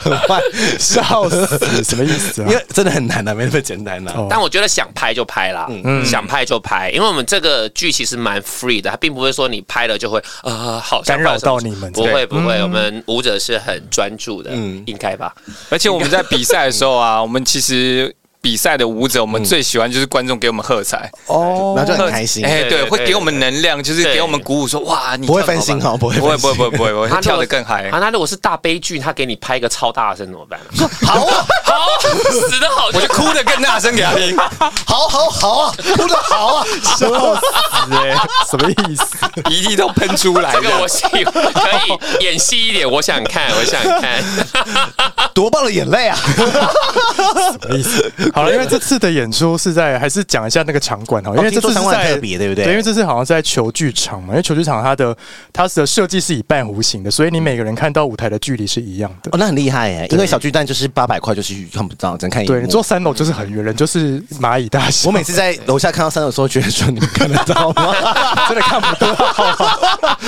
B: 很坏，
A: 笑死，什么意思啊
B: 因？为真的很难啊，没那么简单啊。
A: 哦
C: 但我觉得想拍就拍啦，
D: 嗯
C: 想拍就拍，因为我们这个剧其实蛮 free 的，它并不会说你拍了就会呃好像
A: 干扰
C: 发生什么
A: 到你们
C: 不会不
D: 嗯
C: 会，我们舞者是很专注的，应该吧？
D: 而且我们在比赛的时候啊，我们其实比赛的舞者，我们最喜欢就是观众给我们喝彩，
A: 哦
B: 然后就很开心，
D: 哎，
C: 对
D: 对，
C: 对
D: 会给我们能量，就是
C: 对
D: 给我们鼓舞，说哇，你
B: 不会
D: 跳得
B: 分
D: 好
B: 心
D: 棒
B: 哦不会
D: 不会
B: 分
D: 不
B: 心
D: 会不会不会，我
C: 他
D: 会跳得更嗨
C: 啊，。那如果是大悲剧，他给你拍个超大声怎么 办？
B: 好啊，
C: 好，死的好，
D: 我就哭得更大声给他听，
B: 好好好啊，哭的好啊，
A: 笑死、欸，什么意思？
D: 鼻涕都喷出来
C: 这个我
D: 了。
C: 喜欢，可以演戏一点，我想看，我想 看。
B: 多爆了眼泪啊！
A: 好了，因为这次的演出是在，还是讲一下那个场馆哈，因为这次
B: 哦听说
A: 是
B: 场馆
A: 在
B: 很特别对不对
A: 因为这次好像是在球剧场嘛，因为球剧场它的它的设计是以半弧形的，所以你每个人看到舞台的距离是一样的
B: 哦，。那很厉害哎，因为小巨蛋就是八百块，就是看不到，只能看一幕
A: 对你坐三楼就是很远，人就是蚂蚁大小，
B: 嗯 我每次在楼下看到三楼的时候，觉得说你们看得到吗？
A: 真的看不到。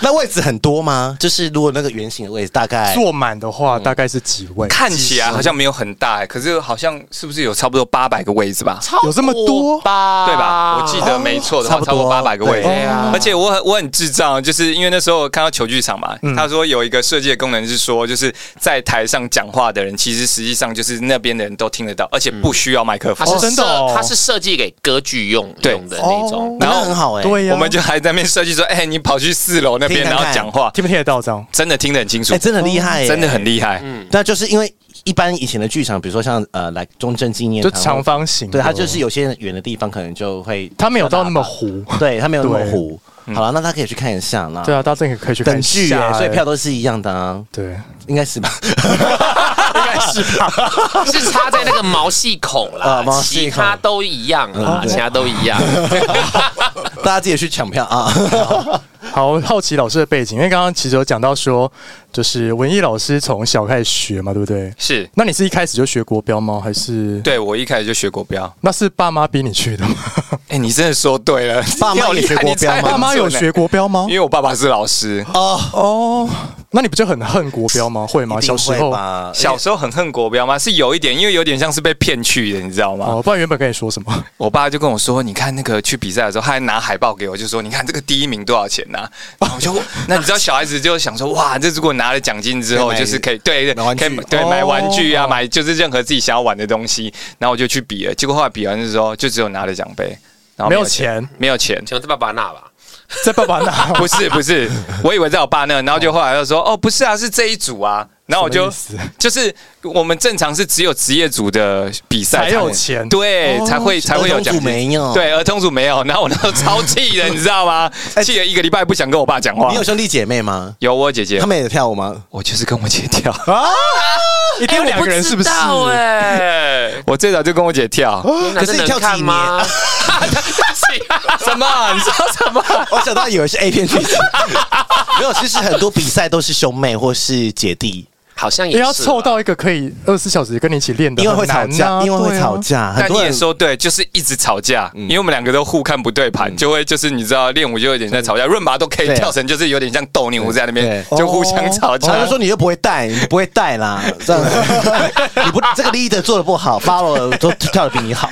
B: 那位置很多吗？就是如果那个圆形的位置，大概
A: 坐满的话大概是几位？
D: 哎看起来好像没有很大、可是好像是不是是有差不多八百个位置吧。
C: 超
A: 有这么多
C: 吧？
D: 对吧？我记得没错的话，
B: 啊哦差不
D: 超
B: 多
D: 过八百个位置
B: 对
A: 啊。
D: 而且我很我很智障，就是因为那时候看到球剧场嘛，
B: 嗯
D: 他说有一个设计的功能是说，就是在台上讲话的人，其实实际上就是那边的人都听得到，而且
B: 嗯
D: 不需要麦克
C: 它
D: 风。
A: 哦
C: 是
A: 真
C: 设
A: 的哦，
C: 它是设计给歌剧用
D: 对
C: 用的那种。
B: 那
D: 然后
B: 很好哎，
A: 对呀，
D: 我们就还在那边设计说，哎、你跑去四楼那边，
B: 听看
D: 然
B: 看
D: 后讲话，
A: 听不听得到这样？
D: 真的听得很清楚，
B: 哎，真的嗯很厉害，
D: 真的很。厉害。
B: 那就是因为一般以前的剧场，比如说像呃来中正纪念
A: 就
B: 堂，
A: 长方嗯形的，
B: 对，它就是有些远的地方可能就会，
A: 它没有到那么糊。
B: 对，它没有那么
A: 对
B: 糊。好了，那他可以去看一下啦。
A: 对啊，大家真的可以去看
B: 等
A: 一
B: 剧
A: 下
B: 耶，
A: 欸
B: 所以票都是一样的啊，
A: 对，
B: 应该是吧？
A: 应该是吧？
C: 是插在那个毛细孔啦
B: 啊，毛细
C: 其
B: 孔
C: 他都一样啦，其他都一样。
B: 大家自己去抢票啊！
A: 好好奇老师的背景，因为刚刚其实有讲到说，就是文艺老师从小开始学嘛，对不对？
D: 是，
A: 那你是一开始就学国标吗？还是？
D: 对我一开始就学国标。
A: 那是爸妈逼你去的吗？
D: 哎、你真的说对了，
B: 爸妈
D: 要
B: 也学国标吗
D: 你猜
A: 爸妈有
D: 很准
A: 学
D: 欸
A: 国标吗
D: 因？为我爸爸是老师，
A: 哦，那你不就很恨国标吗？会吗？
B: 一定
A: 小时
B: 会
A: 候
B: 吧
D: 小时候很恨国标吗？是有一点，因为有点像是被骗去的，你知道吗？
A: 哦，不然原本跟你说什么？
D: 我爸就跟我说：“你看那个去比赛的时候，他还拿海报给我，就说你看这个第一名多少钱 呐、然后我就那你知道小孩子就想说哇，这如果拿了奖金之后，
B: 可以买
D: 就是可以对
B: 买玩
D: 对，
B: 具
D: 可以对
A: 哦
D: 买玩具啊，买就是任何自己想要玩的东西。然后我就去比了，结果后来比完的时候就只有拿了奖杯，然后
A: 没有
D: 有钱
A: 钱，
D: 没有钱。
C: 请问是爸爸那吧？
A: 在爸爸那
D: 不是不是，我以为在我爸那，然后就后来就说哦不是啊，是这一组啊。”然后我就
A: 什么意思
D: 就是我们正常是只有职业组的比赛
A: 才有
D: 会
A: 钱
D: 对，才会才会
B: 儿
D: 有
B: 童
D: 奖
B: 组
D: 金。
B: 没有，，
D: 对，儿童组没有。然后我那时候超气的，你知道吗？气了一个礼拜，不想跟我爸讲话
B: 你有。兄弟姐妹吗？
D: 有啊我姐姐
B: 他，们也跳 舞吗？
D: 我就是跟我姐跳。
A: 啊，一定有两个人哎是不是？
B: 哎
C: 哎，
D: 我最早就跟我姐跳。
C: 可
B: 可是你跳
C: 看
B: 几
C: 吗？
D: 什么？你说什么？
B: 我想到以为是 A 片剧 情，没有，其实很多比赛都是兄妹或是姐弟，
C: 好像也
A: 也
C: 是
A: 哎要
C: 啦
A: 凑到一个可以二十四小时跟你一起练的，
B: 因为会吵
A: 很难
B: 架，
A: 啊
B: 因为会吵。
A: 对啊
B: 架，很
D: 但你
B: 多
D: 也
B: 人嗯
D: 说对，就是一直吵架，因为我们两个都互看不对盘，就会就是你知道练舞就有点在吵架，润拔都可以
B: 对
D: 跳成就是有点像斗牛在那边
A: 对
D: 就互相吵
B: 常
D: 架
B: 常。说你又不会带，你不会带啦，这样子，你不这个 leader 做的不好，follow 都跳的比你好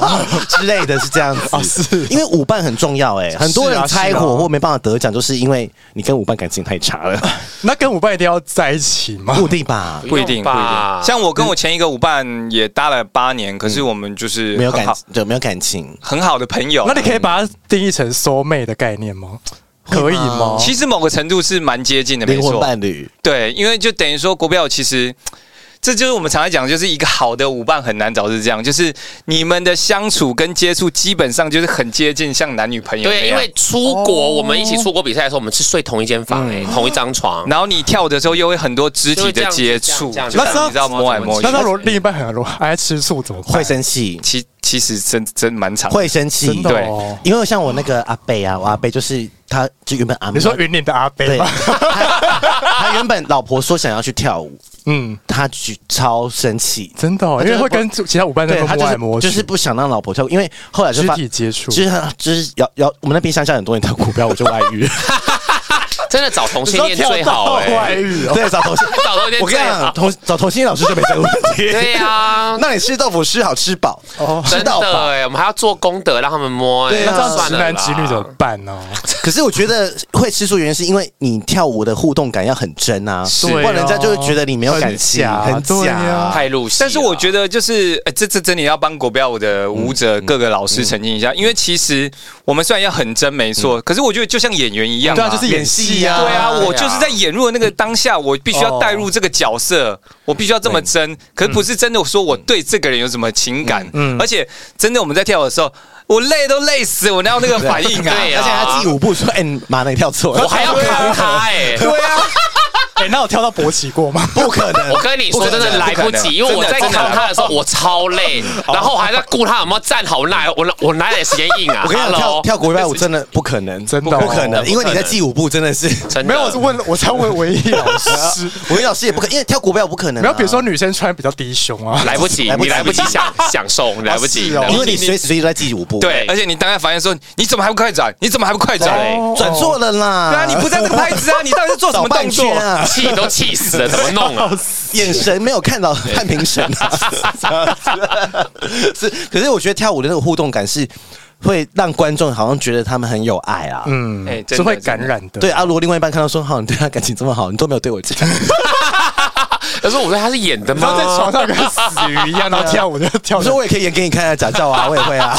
B: 之类的，是这样子。
A: 哦是
B: 因为舞伴很重要哎、很多
A: 是
B: 人
A: 啊
B: 拆
A: 是啊
B: 伙或没办法得奖，就是因为你跟舞伴感情太差 了，
A: 啊那跟舞伴一定要在一起吗？
B: 不一定哦吧？
D: 不一定，
C: 用
D: 不一
C: 吧
D: 定。像我跟我前一个舞伴也搭了八年，可是我们就是
B: 嗯没有
D: 很
B: 感
D: 好
B: 对，没有感情，
D: 很好的朋友。啊
A: 那你可以把它定义成 soul mate 的概念吗？可以吗？
D: 其实某个程度是蛮接近的，没
B: 哦灵魂
D: 错。
B: 伴侣。
D: 对，因为就等于说国标其实。这就是我们常常讲，就是一个好的舞伴很难找，是这样。就是你们的相处跟接触，基本上就是很接近，像男女朋友那
C: 对，因
D: 样。
C: 为出国我们一起出国比赛的时候，我们是睡同一间房，哎，同一张 床。
D: 然后你跳的时候又会很多肢体的接触，
C: 就会这
D: 就
C: 样
D: 是
A: 子
D: 你知道摸来摸去
A: 那。他如果另一半很如果爱吃醋怎么办？
B: 会生气，
D: 其其实真真蛮长，
B: 会生气，
A: 真的
D: 对
A: 哦。
B: 因为像我那个阿贝啊，我阿贝就是他，就原本阿妹
A: 你说云林的阿
B: 对，
A: 贝吗？
B: 他他原本老婆说想要去跳舞，
A: 嗯，
B: 他去超生气，
A: 真的哦，
B: 他
A: 因
B: 就是
A: 为会跟其他舞伴在
B: 对
A: 那
B: 他
A: 边摸来
B: 就
A: 摸
B: 是
A: 去，
B: 就是不想让老婆跳舞，因为后来就
A: 肢
B: 发
A: 体接触。
B: 就是他就是要要我们那边乡下很多人跳股票，我就外遇，
C: 真的找同性恋最好
A: 到
C: 哎，
A: 外遇哦，
B: 对，找同性，
C: 找同性
B: 我
C: 恋
B: 跟你
C: 最
B: 讲，
C: 好。
B: 同找同性老师就没这个问 题。
C: 对呀，
B: 那你吃豆腐吃好吃饱，吃
A: 哦
C: 真
B: 到
C: 的
B: 饱。
C: 哎，我们还要做功德让他们摸哎，
B: 对啊
A: 那这样
C: 算
A: 直
C: 了啦
A: 男直女怎么办呢？
B: 可是我觉得会吃素原因是因为你跳舞的互动感要很真啊，
A: 对啊
B: 不然人家就会觉得你没有感情，
A: 很假
B: 很
A: 对
B: 假
A: 啊。
C: 太入戏了。
D: 但是我觉得就是，呃、这这真的要帮国标舞的舞者各个老师澄清一下，因为其实我们虽然要很真没错，可是我觉得就像演员一样嘛、
A: 对啊，就是演戏啊。
D: 对啊，
C: 对啊
D: 我就是在演入的那个当下，我必须要带入这个角色，我必须要这么真。可是不是真的说我对这个人有什么情感，
A: 嗯嗯
D: 而且真的我们在跳的时候，我累都累死，我哪有那个 反应啊？
C: 对
B: 而且他记舞步说：“哎，你妈的，你跳错了。”
C: 我还要扛他哎。
A: 对啊，哎，那我跳到勃起过吗？
B: 不可能。
C: 我跟你说，
D: 不
C: 真
D: 可能
C: 的来不及，因为我在
D: 真的真的
C: 靠他的时候，我超累，然后我还在顾他有没有站好，我哪我哪 我哪有时间硬啊？
B: 我跟你讲，跳
C: Hello
B: 跳国标舞真的不可能，
A: 真的哦
B: 不可能，因为你在记舞步真的是，
C: 真 的
A: 没有，我是问，我在问唯一老 师。
B: 文老师也不可，因为跳国标舞不可能啊。
A: 没有，比如说女生穿比较低胸啊，
C: 来不及，
B: 来不
C: 你
B: 及
C: 来不及享享受，你来不及
A: 是哦，
B: 因为你随时随地都在记舞步，
D: 对，而且你当下发现说，你怎么还不快转？你怎么还不快转？啊
C: 对
A: 哦
B: 转错了啦。
D: 对啊，你不在这个拍子啊，你到底是做什么动作？
B: 啊？
C: 气都气死了，怎么 弄
A: 哦
C: 啊？
B: 眼神没有看到看评审，啊 是，可是我觉得跳舞的那个互动感是会让观众好像觉得他们很有爱啊。
A: 嗯，
D: 哎真的
A: 是会感染的。
B: 对，阿罗另外一半看到说，好，你对他感情这么好，你都没有对我 讲，
C: 他说：“我说他是演的
A: 然后在
C: 吗
A: 床上跟死鱼一样，然后跳舞就跳
B: 我说我也可以演给你看啊，假照 啊，我也会啊。？”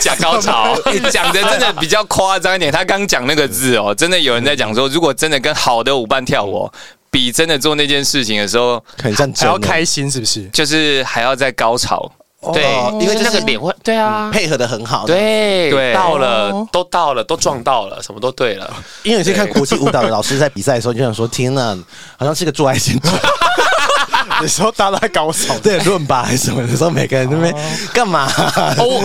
C: 假高 潮，
D: 你哎讲的真的比较夸张一点。他刚讲那个字哦，真的有人在讲说，如果真的跟好的舞伴跳舞哦，比真的做那件事情的时候，
B: 很像真
A: 还
B: 的
A: 要开心，是不是？
D: 就是还要在高潮。
C: 对，
B: 哦因为就是
C: 那个脸会，对啊，
B: 配合的很好，，
C: 对
D: 对
C: 到了
A: 哦，
C: 都到了，都撞到了，什么都对了。
B: 因为有些看国际舞蹈的老师在比赛的时候，你就想说，天呐，好像是个做爱 现场。
A: 有时候大家都在高潮，
B: 对论吧还是什么的时候，每个人在那边干嘛？
C: 欧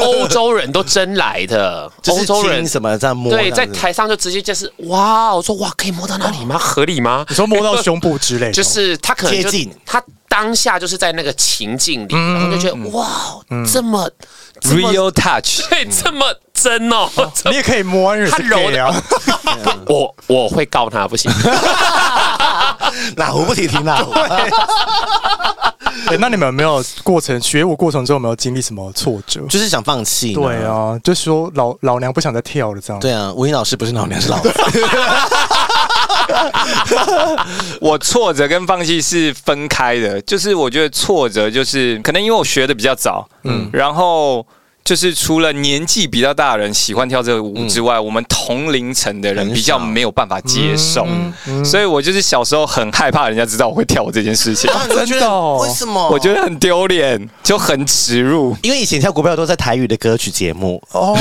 C: 欧洲人都真来的，
B: 就
C: 欧
B: 是
C: 洲人
B: 亲什么这样摸这样
C: 对，
B: 子？
C: 在台上就直接就是哇，我说哇，可以摸到那里吗？合理吗？
A: 你说摸到胸部之类的，
C: 就是他可能就
B: 接近
C: 他当下就是在那个情境里，然后就觉得哇，这么这么
D: Real touch，
C: 对，这么真哦，这
A: 你也可以摸，因为你
C: 他
A: 是
C: 揉
A: gay 啊。
C: 的，我我会告他不行，
B: 哪壶不提提哪 壶。
A: 对，那你们有没有过程学舞过程中有没有经历什么挫折？
B: 就是想放弃。
A: 对，啊，就说老老娘不想再跳了这样。
B: 对啊，吴英老师不是老娘是老子，
D: 我挫折跟放弃是分开的，就是我觉得挫折就是可能因为我学的比较早，嗯，然后。就是除了年纪比较大的人喜欢跳这个舞之
A: 嗯
D: 外，我们同龄层的人
B: 很
D: 比较
B: 少
D: 没有办法接受，
A: 嗯
D: 所以我就是小时候很害怕人家知道我会跳舞这件事情，
A: 真的 哦
B: 为什么？
D: 我觉得很丢脸，就很 耻辱，
B: 因为以前跳国标都在台语的歌曲节目，
A: 哦，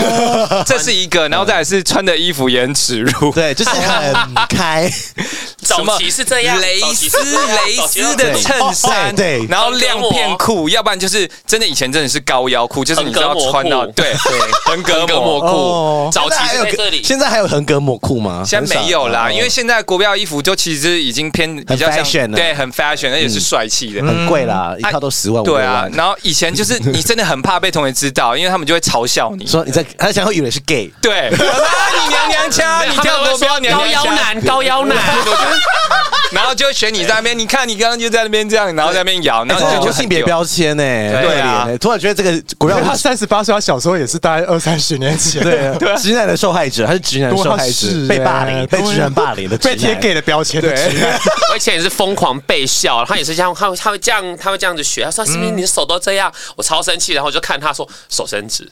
D: 这是一个，然后再来是穿的衣服也很耻 辱，
B: 对，就是很开，
D: 什么
C: 早期是这样，
D: 蕾
C: 早期是
D: 丝
C: 这样
D: 蕾丝的
C: 早期是这样
D: 衬
B: 哦
D: 衫，
B: 对对
D: 然后亮片裤，要不然就是真的以前真的是高腰裤，就是你知道穿到
C: 横膈膜裤
D: 对横膈
C: 横膈膜
D: 膜。
A: 哦
C: 裤，早期
B: 还
C: 是
B: 有
C: 在这里，
B: 现在还有横膈膜裤吗？
D: 现在没有啦，
B: 很少哦
D: 因为现在国标衣服就其实已经偏比较像
B: fashion 了嗯
D: 对，很 fashion，而且是帅气的。
B: 很贵啦，一套都十万五六
D: 对啊
B: 万，。
D: 然后以前就是你真的很怕被同学知道，因为他们就会嘲笑你。
B: 说你在，他想要以为是 gay，
D: 对，啊你娘娘腔，你跳国标娘
C: 嗯高
D: 娘
C: 腰
D: 腔。
C: 男，高腰男，
D: 然后就会选你在那边，你看你刚刚就在那边这样，然后在那边摇，然
B: 哎
D: 后
B: 这
D: 你就
B: 就
D: 很
B: 性别
D: 丢
B: 标签哎呢。
D: 对啊
B: 对，突然觉得这个国
A: 因
B: 标
A: 为
B: 舞
A: 他三十八岁，他小时候也是大概二三十年前，
B: 对，直男的受害者，他是直男受害
A: 啊对他
B: 者，
A: 是
B: 被霸凌，
A: 欸
B: 被直男霸凌的直
A: 被
B: 男，
A: 贴 gay 的标签的直男，
C: 我以前也是疯狂被笑，他也是这样，他会他会这样，他会这样子学。
D: 嗯
C: 他说：“是不是你的手都这样？”我超生气，然后我就看他说：“手伸直。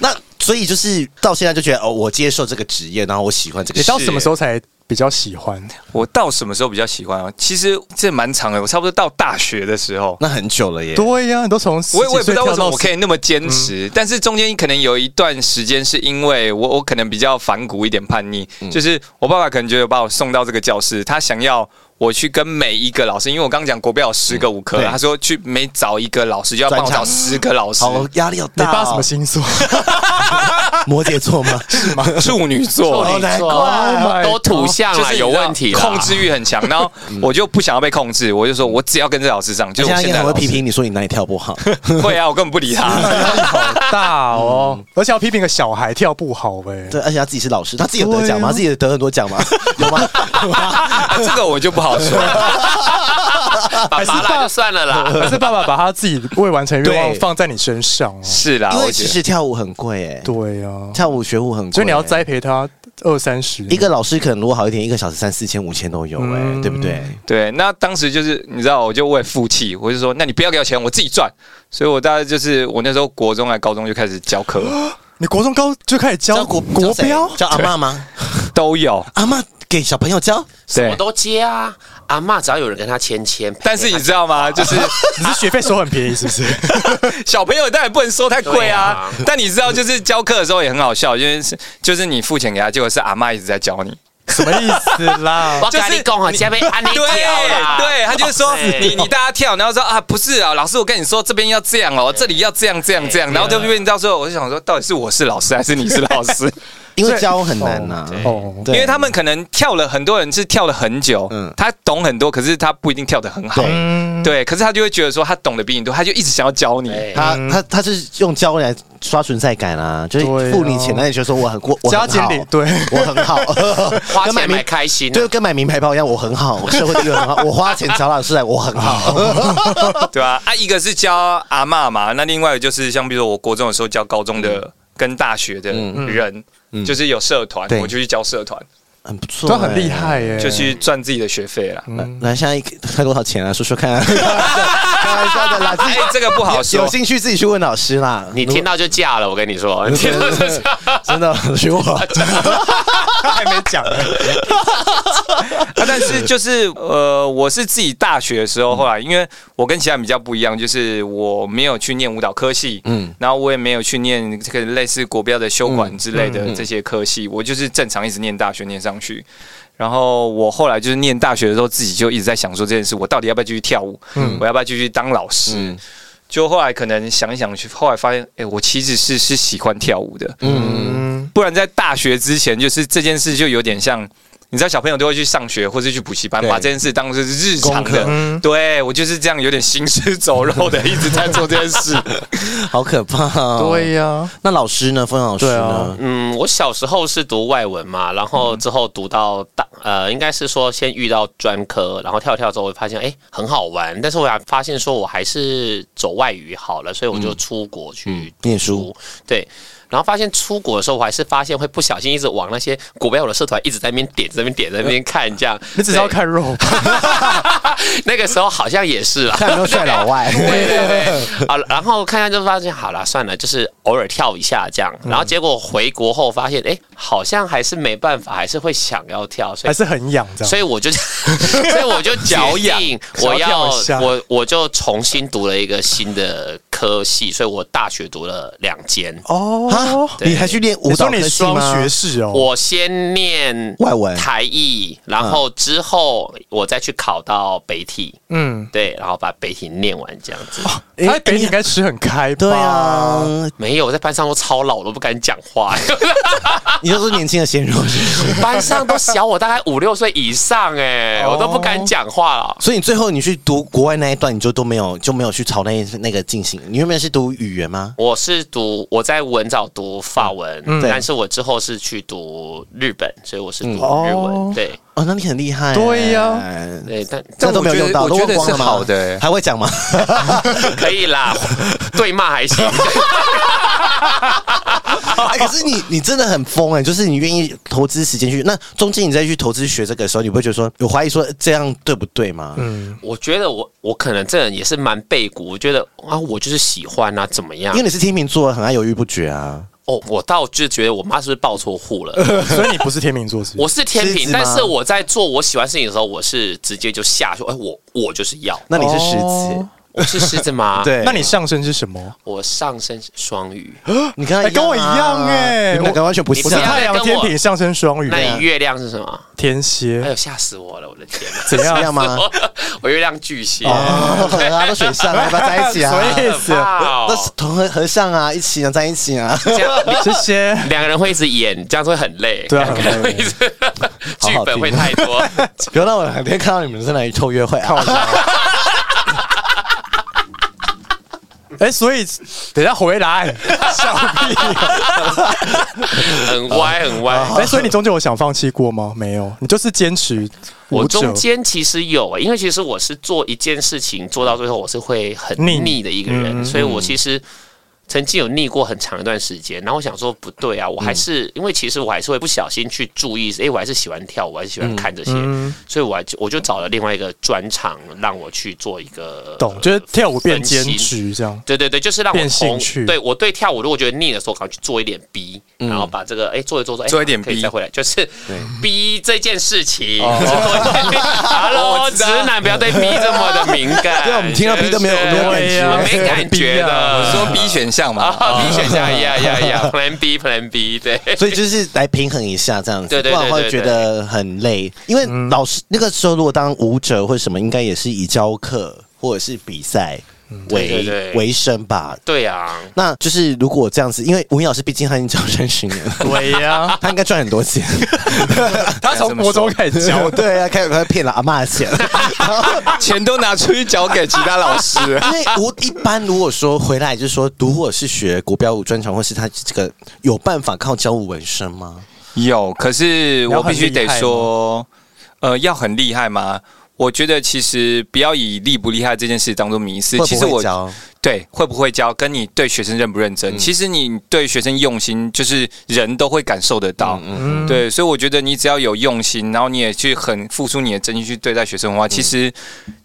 B: 那所以就是到现在就觉得哦，我接受这个职业，然后我喜欢这个
A: 你
B: 职业。
A: 到什么时候才比较喜欢？
D: 我到什么时候比较喜欢啊？其实这蛮长的，我差不多到大学的时候，
B: 那很久了耶。
A: 对呀，你都从
D: 我也我也不知道为什么我可
A: 以
D: 以那么坚持，
B: 嗯
D: 但是中间可能有一段时间是因为我我可能比较反骨一点叛逆，
B: 嗯
D: 就是我爸爸可能觉得把我送到这个教室，他想要。我去跟每一个老师，因为我刚讲国标有十个五科，
B: 对
D: 他说去每找一个老师就要帮我
B: 专
D: 找
B: 场
D: 十个老师，
B: 好压力好
A: 你
B: 大、哦。
A: 爸什 么星座？
B: 摩羯座吗？
D: 处女 座，
B: 哦难怪
D: 哎
A: 哦
C: 都土象
D: 就
C: 啊，
D: 是
C: 有问题啦，
D: 控制欲 很强。然后我就不想要被控制，我就说我只要跟这老师上，就
B: 现
D: 是我
B: 在
D: 现
B: 应该
D: 在
B: 很
D: 的
B: 会
D: 老
B: 批
D: 师。
B: 评你说你哪里跳不好，
D: 会啊，我根本不理他。
A: 好大哦，而且要批评个小孩跳不好欸呗。
B: 对，而且他自己是老师，他自己有得奖
A: 对啊
B: 吗？他自己有得很多奖 吗？有吗？
D: 啊这个我就不好说。
C: 把拔蜡就算了啦。
A: 可是爸爸把他自己未完成愿望
B: 对
A: 放在你身上哦。
D: 是啦，
B: 因
D: 我
B: 为
D: 觉
B: 其
D: 得
B: 实跳舞很贵哎、
A: 对啊，
B: 跳舞学舞很贵、
A: 所以你要。栽培他二三十年
B: 一个老师可能如果好一点，一个小时三四千、五千都有哎、
A: 嗯
B: 对不对？
D: 对。那当时就是你知道，我就为负气，我就说，那你不要给我钱，我自己赚。所以我大概就是我那时候国中还高中就开始教 课，
A: 你国中高就开始教国国
B: 谁
A: 标，
B: 教阿嬷吗？
D: 都有。
B: 阿嬷给小朋友教，
C: 我
D: 对，
C: 都接啊，阿嬷只要有人跟他牵牵，
D: 但是你知道 吗？就是
A: 你是学费收很便宜是不是？
D: 小朋友当然不能收太贵啊
C: 对，
D: 但你知道，就是教课的时候也很好笑，因为是就是你付钱给他，结果是阿嬷一直在教你。
A: 什么意思啦？
C: 我跟你讲啊，加倍按你跳
D: 对
C: 啦。哦哎
D: 对，他就说
C: 哇塞
D: 你你大家跳，然后说啊不是啊，老师我跟你说这边要这样哦，这里要这样这样这样，然后就变到时候我就想说，到底是我是老师还是你是老师？
B: 因为教很难呐、
A: 哦，
B: 对
D: 因为他们可能跳了很多人是跳了很久，
B: 嗯
D: 他懂很多，可是他不一定跳得很好，
B: 对
A: 嗯，
C: 哎
D: 对，可是他就会觉得说他懂得比你多，他就一直想要教你。
C: 对
B: 他他他是用教来刷存在感啊，就是
A: 嗯对啊
B: 付你钱，那你就说我很过，我
A: 加
B: 很
A: 减
B: 好
A: 零，对
B: 我很 好，
C: 花
B: 跟
C: 钱
B: 名
C: 买开心啊
B: 就跟买名牌包一样，我很 好，我社会地位很好，我花钱找老师来，我很好。
D: 对啊，啊，一个是教阿嬷嘛，那另外就是像比如说我国中的时候教高中的、跟大学的人，就是有社团，
B: 对
D: 我就去教社团，
B: 很不错、
A: 都很厉。害嗯耶、
D: 就去赚自己的学费啦。
B: 来，来现在一开多少钱啊？说 说看、啊，开玩笑的 啦，自
D: 哎、
B: 己
D: 这个不好
B: 有
D: 说。
B: 兴趣自己去问老师啦。
C: 你听到就嫁了，我跟你 说，你听到就嫁。
B: 真的学我，
A: 他还没讲，
D: 啊但是就是呃，我是自己大学的时候，后来因为我跟其他人比较不一样，就是我没有去念舞蹈科系，
B: 嗯
D: 嗯，然后我也没有去念这个类似国标的修管之类
B: 嗯
D: 的这些科系，我就是正常一直念大学念上去。然后我后来就是念大学的时候，自己就一直在想说这件事，我到底要不要继续跳舞？我要不要继续当老师？
B: 嗯
D: 就后来可能想一想去，后来发现，哎，我其实是是喜欢跳舞的，
A: 嗯，
D: 不然在大学之前，就是这件事就有点像，你知道小朋友都会去上学或是去补习班，
B: 对
D: 把这件事当成是日
B: 功
D: 常
B: 课
D: 的。对我就是这样，有点行尸走肉的，一直在做这件 事。
B: 好可怕、哦。
A: 对啊呀、
B: 那老师呢？风阳老师呢？
C: 嗯，我小时候是读外文嘛，然后之后读到大，呃，应该是说先遇到专科，然后跳一跳之后，我发现哎、诶很好玩，但是我还发现说我还是走外语好了，所以我就出国去
B: 念书，
C: 对。然后发现出国的时候，我还是发现会不小心一直往那些国标舞的社团一直在那边点，在那边点，在那边看这样。
A: 你只是要看肉吧，
C: 对 那个时候好像也是啦，
B: 看有没有帅老外。
C: 对对对，啊，然后看看就发现好了，算了，就是偶尔跳一下这样，然后结果回国后发现，哎，好像还是没办法，还是会想要跳，所
A: 还
C: 以。
A: 是很痒这样
C: 所。以我就，所以我就
A: 脚
C: 决定我
A: 想
C: 要
A: 要跳一下
C: 我我就重新读了一个新的科系，所以我大学读了两间。
A: 哦，
B: 啊，你还去练
A: 你
B: 舞蹈
A: 说
B: 科
A: 你
B: 系
A: 双
B: 吗
A: 学？士哦，
C: 我先念
B: 外文
C: 台艺，然后之后我再去考到北体，
A: 嗯，
C: 对，然后把北体念完这样子。
A: 他
B: 哎
A: 北嗯你应该吃很开吧？
B: 对啊，
C: 没有，我在班上都超老，我都不敢讲话。
B: 你就是年轻的鲜肉， 是不是
C: 班上都小我大概五六岁以上哎、
A: 哦
C: 我都不敢讲话了。
B: 所以你最后你去读国外那一段，你就都没有就没有去朝那那个进行。你原本是读语言吗？
C: 我是读我在文藻读法文，
A: 嗯
C: 但是我之后是去读日本，所以我是读
A: 嗯
C: 日文。
A: 哦
C: 对
B: 哦，那你很厉害、
A: 对呀
C: 对，但
B: 这都没有用到，
D: 我
B: 都
D: 觉得
B: 忘光了吗？
D: 我觉得是好的欸
B: 还会 讲吗？
C: 可以 啦，对骂还行。
B: 哎，可是你你真的很疯哎、就是你愿意投资时间去。那中间你再去投资学这个的时候，你不会觉得说有怀疑说这样对不对吗？
A: 嗯，
C: 我觉得我我可能这人也是蛮背骨，我觉得啊，我就是喜欢啊，怎么样
B: 因为？你是天秤座，很爱犹豫不决啊。
C: 哦，我倒就觉得我妈是不是报错户了？
A: 所以你不是天秤座是不是？
C: 我是天
B: 狮
C: 平，
B: 子吗
C: 但是我在做我喜欢事情的时候，我是直接就下去，哎，我我就是要，
B: 那你是狮子，
A: 哦
C: 我是狮子 吗？
B: 对，
A: 那你上身是什么？
C: 我上身是双鱼，
B: 你跟他
A: 哎跟我一样欸
B: 啊哎你们两个完全不
C: 我
A: 我
B: 像
A: 是
C: 你不要
A: 太
C: 再
A: 阳
C: 跟
A: 天
C: 我
A: 平，上升双鱼
C: 那，
A: 对啊
C: 你月亮是什么？
A: 天
C: 哎
A: 蝎，
C: 呦，吓死我了！我的天哪，
A: 怎
B: 一
A: 样？
B: 样吗？
C: 我月亮巨蟹，
B: 哦，和啊都水象啊，要不要在一起啊？
A: 所以
C: 可怕
B: 那
C: 哦
B: 是同和和尚啊，一起啊，在一起啊，
C: 这样
A: 谢谢。
C: 两个人会一直演，这样子会很累。
A: 对啊
C: 两个人会一直 剧本会太多。
B: 不要让我两天看到你们在那里偷约会 啊！
A: 哎，所以等一下回来，笑屁！
C: 很歪，很歪。
A: 哎，所以你中间有想放弃过吗？没有，你就是坚持
C: 我
A: 舞者。
C: 中间其实有、欸因为其实我是做一件事情做到最后，我是会很
A: 腻嗯
C: 腻的一个人，所以我其实曾经有腻过很长一段时间。然后我想说，不对啊，我
A: 嗯
C: 还是、因为其实我还是会不小心去注意，哎、我还是喜欢跳舞，我还是
A: 嗯
C: 喜欢看这些，所以我还就我就找了另外一个专场让我去做一个
A: 懂，就是跳舞变兼
C: 分析
A: 职这样。
C: 对对对，就是让我
A: 变兴
C: 从
A: 趣
C: 对我对跳舞，如果觉得腻的时候，赶快去做一点 B，、然
B: 嗯
C: 后把这个哎做一做做，哎
D: 做一点
C: 可以
D: B
C: 再回来，就是 B 这件事情。Hello，直男不要对 B 这么的敏感。 啊
B: 对我们听到 B 都没有没有感觉啊
C: 没感觉
D: 我
C: 的。
D: 说 B 选项嘛，
C: 啊，B 选项呀呀呀，Plan B，Plan B，对。
B: 所以就是来平衡一下这样子，
C: 对对对
B: 不然会
C: 对
B: 觉
C: 对
B: 得很累。因为老师那个时候如果当舞者或什么，应该也是以教课或者是比赛
C: 对对
B: 为
C: 对
B: 为生吧。
C: 对啊，
B: 那就是如果这样子，因为吴英老师毕竟他已经教三十 年了，
A: 对呀，
B: 他应该赚很多钱。，
A: 他从国中开始教
B: 对啊，开始他骗了阿妈的 钱。
D: 钱都拿出去交给其他老师了。
B: 因为我一般如果说回来就是说，如果是学国标舞专长，或是他这个有办法靠教舞为生吗？
D: 有，可是我必须得
A: 然后很厉害吗
D: 说，呃，要很厉害吗？我觉得其实不要以厉不厉害这件事当做迷思
B: 会。
D: 其
B: 不
D: 实
B: 会
D: 我
B: 教？
D: 对会不会教，跟你对学生认不认
A: 嗯
D: 真，其实你对学生用心，就是人都会感受得到。
A: 嗯，
D: 对，所以我觉得你只要有用心，然后你也去很付出你的真心去对待学
A: 嗯
D: 生的话，其实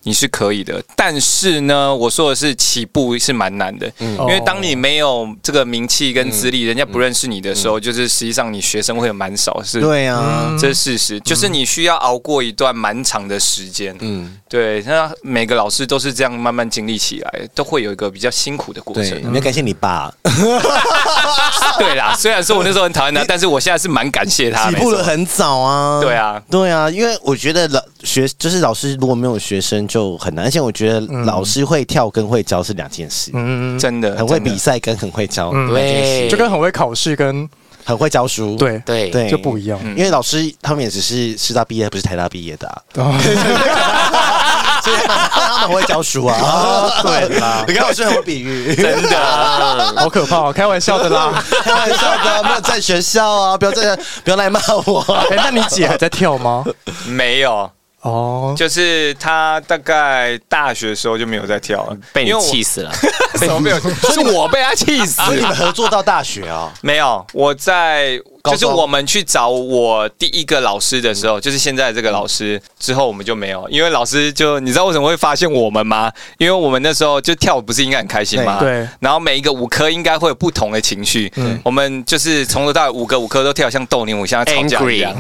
D: 你是可以的。但是呢，我说的是起步是蛮难的，
A: 嗯
D: 因为当你没有这个名气跟资历，人家不认识你的时
A: 嗯
D: 候，就是实际上你学生会蛮少，是嗯
B: 对啊，
D: 这是事实，就是你需要熬过一段蛮长的时间。
B: 嗯，
D: 对，那每个老师都是这样慢慢经历起来，都会有一个比较辛苦的过
B: 对，
D: 程。
B: 你要感谢你爸，
D: 对啦，虽然说我那时候很 讨厌他，但是我现在是蛮感谢他。
B: 起
D: 没
B: 步
D: 错
B: 的很早啊。
D: 对。啊，
B: 对啊，因为我觉得老学就是老师如果没有学生就很难，而且我觉得老师会跳跟会教是两件事，
A: 嗯，
D: 真的
B: 很会
D: 真的
B: 比赛跟很会教，
A: 嗯
C: 对，
A: 就跟很会考试跟
B: 很会教书。
A: 对
C: 对
B: 对，
A: 就不一样，
D: 嗯
B: 因为老师他们也只是师大毕业，不是台大毕业的、啊，
C: 嗯
A: 哦
B: 所以他们他们很会教书啊。对啦，你看我是很会比喻，
C: 真 的，
A: 好可怕哦，开玩笑的 啦。
B: 开玩笑的，没有在学校啊，不要在不要来骂我。
A: 哎，那你姐还在跳吗？
D: 没有，
A: 哦，
D: 就是他大概大学的时候就没有再跳
B: 嗯
D: 了，
C: 被你
D: 因为我
C: 气死了。
D: 什么 没有？是我被他气死。
B: 所以你们合作到大学啊？
D: 没有，我在
B: 高
D: 就
B: 中嗯
D: 是我们去找我第一个老师的时候，就是现在这个老师之后，我们就没有，因为老师就你知道为什么会发现我们吗？因为我们那时候就跳舞不是应该很开心吗？
A: 对对
D: 然后每一个舞科应该会有不同的情绪，
B: 嗯
D: 我们就是从头到尾五个舞科都跳得像斗牛舞，像在吵架 一样。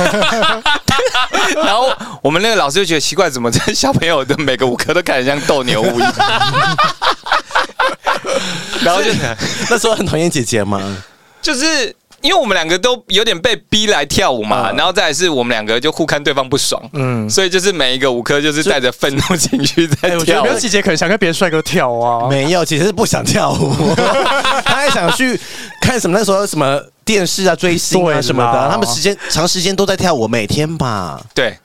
D: 然后我们那个老师就觉得奇怪，怎么这小朋友的每个舞科都看起来像斗牛舞一样？然后就
B: 那时候很讨厌姐姐吗？
D: 就是因为我们两个都有点被逼来跳舞嘛，然后再来是我们两个就互看对方不爽，
A: 嗯，
D: 所以就是每一个舞科就是带着愤怒情绪在
A: 哎，我觉
D: 跳
A: 得
D: 舞
A: 没有。姐姐可能想跟别的帅哥跳啊，
B: 没有，姐姐是不想跳舞， 她还想去看什么那时候什么电视啊、追星
A: 对
B: 啊
A: 啦
B: 什么的。他们时间长时间都在跳舞，每天 吧。
D: 对，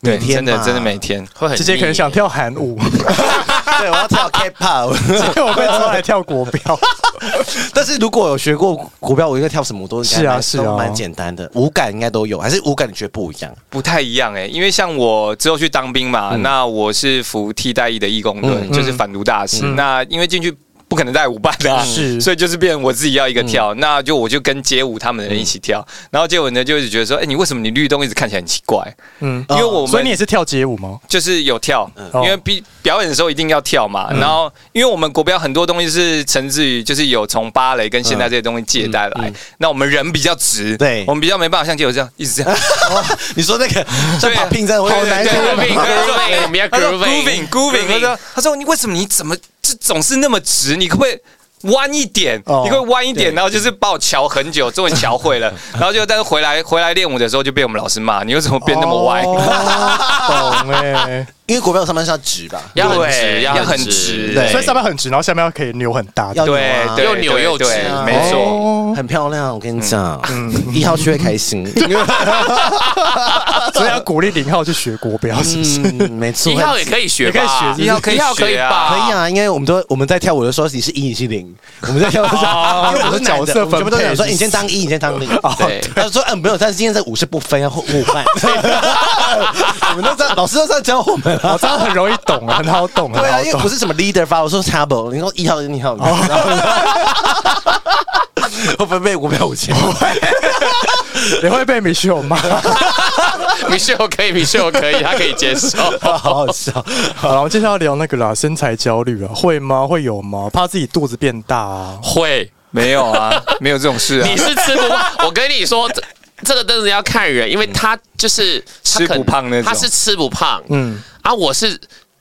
B: 每
D: 对，
B: 天
D: 真的
B: 吧
D: 真的每天。
C: 会很
A: 姐姐可能想
C: 腻耶，
A: 跳韩舞，
B: 对，我要跳 K-pop。
A: 结果被抓来跳国标。
B: 但是如果有学过国标舞，应该跳什么我都应该
A: 是啊
B: 蛮
A: 是啊
B: 都蛮简单的，舞感应该都有，还是舞感你觉得不一 样？
D: 不太一样哎、因为像我之后去当兵
A: 嗯
D: 嘛，那我是服替代役的义工队，
B: 嗯
D: 就是反毒大使。那因为进去不可能带舞伴的、啊，
A: 嗯是嗯
D: 所以就是变成我自己要一个跳，那就我就跟街舞他们的人一起跳。然后街舞呢就一直觉得说，哎、你为什么你律动一直看起来很奇怪？
A: 嗯，
D: 因为我们
A: 所以你也是跳街舞吗？
D: 就是有跳，因为
A: 哦
D: 比表演的时候一定要跳嘛。然后，因为我们国标很多东西是承自于，就是有从芭蕾跟现代这些东西借带来。那我们人比较直，
B: 对
D: 我们比较没办法像街舞这样一直这样。
B: 哦，你说那个像
D: 对
B: 把拼在，
D: 对对对
B: 听
C: grooving，
D: grooving，grooving，
C: 我们要 grooving，
D: 他说 grooving grooving。他
C: grooving
D: 说他说你为什么你怎么这总是那么直？你可不可以？弯一点，
A: 哦
D: 你可不可以弯一点，然后就是把我瞧很久，终于瞧会 了，然后就但是回来回来练舞的时候就被我们老师骂，你为什么变那么歪？
A: 哦懂哎，
B: 因为国标舞上半身要直吧，
C: 要很
D: 对
C: 直，
D: 要很
C: 很
D: 直
C: 直，
B: 对
A: 所以上面很直，然后下面要可以扭很大的。
B: 要
D: 对
B: 扭啊
D: 对，
C: 又扭
D: 对
C: 又直
D: 对
C: 啊
D: 没错。
A: 哦，
B: 很漂亮，我跟你讲， 一号去会开心。
A: 所以要鼓励零号去学国标，是不是？
B: 嗯，没错，
C: 一号也可以学吧，
D: 也可
C: 一号可
D: 以学
C: 以
D: 一号可以吧
C: 吧，
B: 可以啊，因为我们都我们在跳舞的时候，你是一，你是零，我们在跳舞的时候，
A: 哦
B: 因为我们是男的
A: 角色
B: 我们全部都
A: 分配
B: 讲说，
A: 是
B: 你先当一，你先 当零。
C: 对
B: 他说，嗯，没有，但是今天这舞是不分，要互互 换。我们都在，老师都在教我们啊
A: 哦，。这样很容易懂，很好懂，
B: 对
A: 很
B: 啊，
A: 好
B: 因为不
A: 懂。
B: 是什么 leader 发，我说 table，你说一号跟一号，哦 我分配五百五 千，
A: 你会被米秀骂。
C: 米秀啊可以，米秀可以，他可以接受。
B: 好好笑。
A: 好了，我们接下来要聊那个啦，身材焦虑啊，会吗？会有吗？怕自己肚子变大啊？
C: 会，
D: 没有啊，没有这种 事啊
C: 你。是吃不胖。我跟你说，这这个真的要看人，因为他就是他
D: 嗯吃
C: 可能
D: 不胖那种
C: 他是吃不胖，
A: 嗯，
C: 啊，我是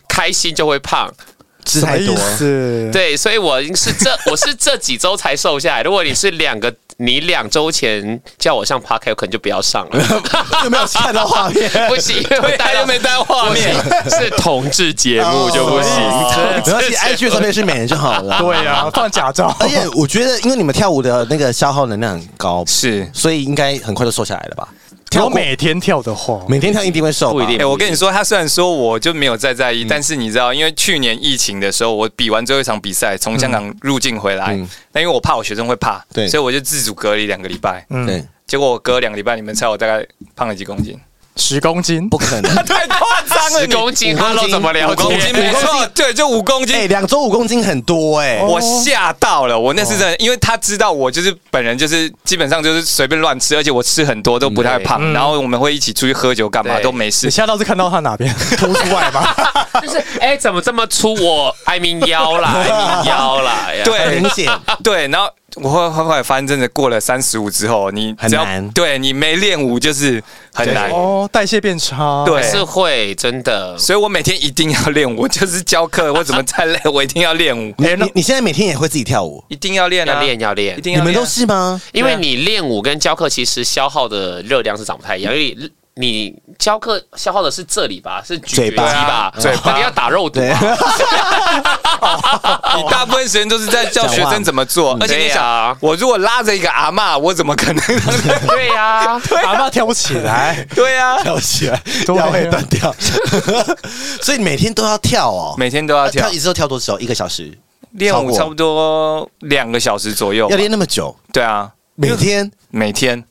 C: 开心就会胖，
D: 嗯
B: 吃
A: 什么
B: 太多啊
A: 意，思？
C: 对，所以我已经是这我是这几周才瘦下来。如果你是两个你两周前叫我上 p a r k 我可能就不要上 了，
B: 有没有看到画面？
C: 不行，因为我
D: 对，
C: 带
D: 他
C: 了
D: 又没带画
C: 不
D: 面
C: 行，是同志节目
B: 哦
C: 就不
B: 哦
C: 行，
B: 没关系，IG 上面是美人就好了。
A: 对呀、放假照。
B: 而且我觉得，因为你们跳舞的那个消耗能量很高，
D: 是。
B: 所以应该很快就瘦下来了吧？
A: 我
B: 跳过
A: 每天跳的话，
B: 每天跳一定会瘦吧，
C: 不一定
D: 哎、我跟你说，他虽然说我就没有再在意，但是你知道，因为去年疫情的时候，我比完最后一场比赛，从香港入境回来，
B: 嗯
D: 那因为我怕我学生会怕，
B: 对
D: 所以我就自主隔离两个礼拜。
A: 嗯
B: 对，
D: 结果我隔两个礼拜，你们猜我大概胖了几公斤？
A: 十公斤
B: 不，可能。
D: 太夸张了，
C: 十
D: 你
C: 公斤
B: 五公斤
C: ，Hello 怎么了
D: 五公
C: 解
D: 斤？没错，对，就五公斤。
B: 哎，两周五公斤很多哎，
D: 我吓到了，我那次真
B: 哦
D: 的，因为他知道我就是本人就是基本上就是随便乱吃，而且我吃很多都不太
B: 嗯
D: 胖，然后我们会一起出去喝酒干嘛
C: 对
D: 都没
A: 你
D: 事。
A: 吓到是看到他哪边 凸出来吗？
C: 就是哎、怎么这么粗？我爱民腰啦，爱民腰啦，哎呀
D: 对，
B: 很明显，
D: 对，然后我后后来发现，真的过了三十五之后，你
B: 很
D: 只要
B: 难
D: 对你没练舞就是很难。
A: 哦，代谢变差。
D: 对
C: 是会真的。
D: 所以我每天一定要练舞，就是教课，我怎么再累，我一定要练舞，
B: 你
A: 哎那
B: 你你现在每天也会自己跳舞？
D: 一定要练啊，
C: 要练要练
D: 一，定
B: 你
D: 要
B: 们
D: 练啊。
B: 都是吗？
C: 因为你练舞跟教课其实消耗的热量是长不太一样，因为你教课消耗的是这里吧，是咀嚼
B: 嘴
C: 肌
B: 巴
C: 吧，
D: 嘴巴
C: 那你要打肉毒
B: 对
C: 啊，，
D: 你啊哦大部分时间都是在教学生怎么做，而且你
C: 对
D: 想，
B: 啊
C: 呀，
D: 我如果拉着一个阿嬷，我怎么可能 啊让她？。
C: 对呀，
A: 阿妈跳不起来
D: 对啊，
B: 跳起来，
A: 对啊
B: 跳会断掉， 所以每天都要跳哦。
D: 每天都要跳
B: 跳一次都跳多久？一个小时？
D: 练
B: 超
D: 舞，
B: 过
D: 差不多两个小时左右
B: 要。练那么久？
D: 对啊，
B: 每天？
D: 每天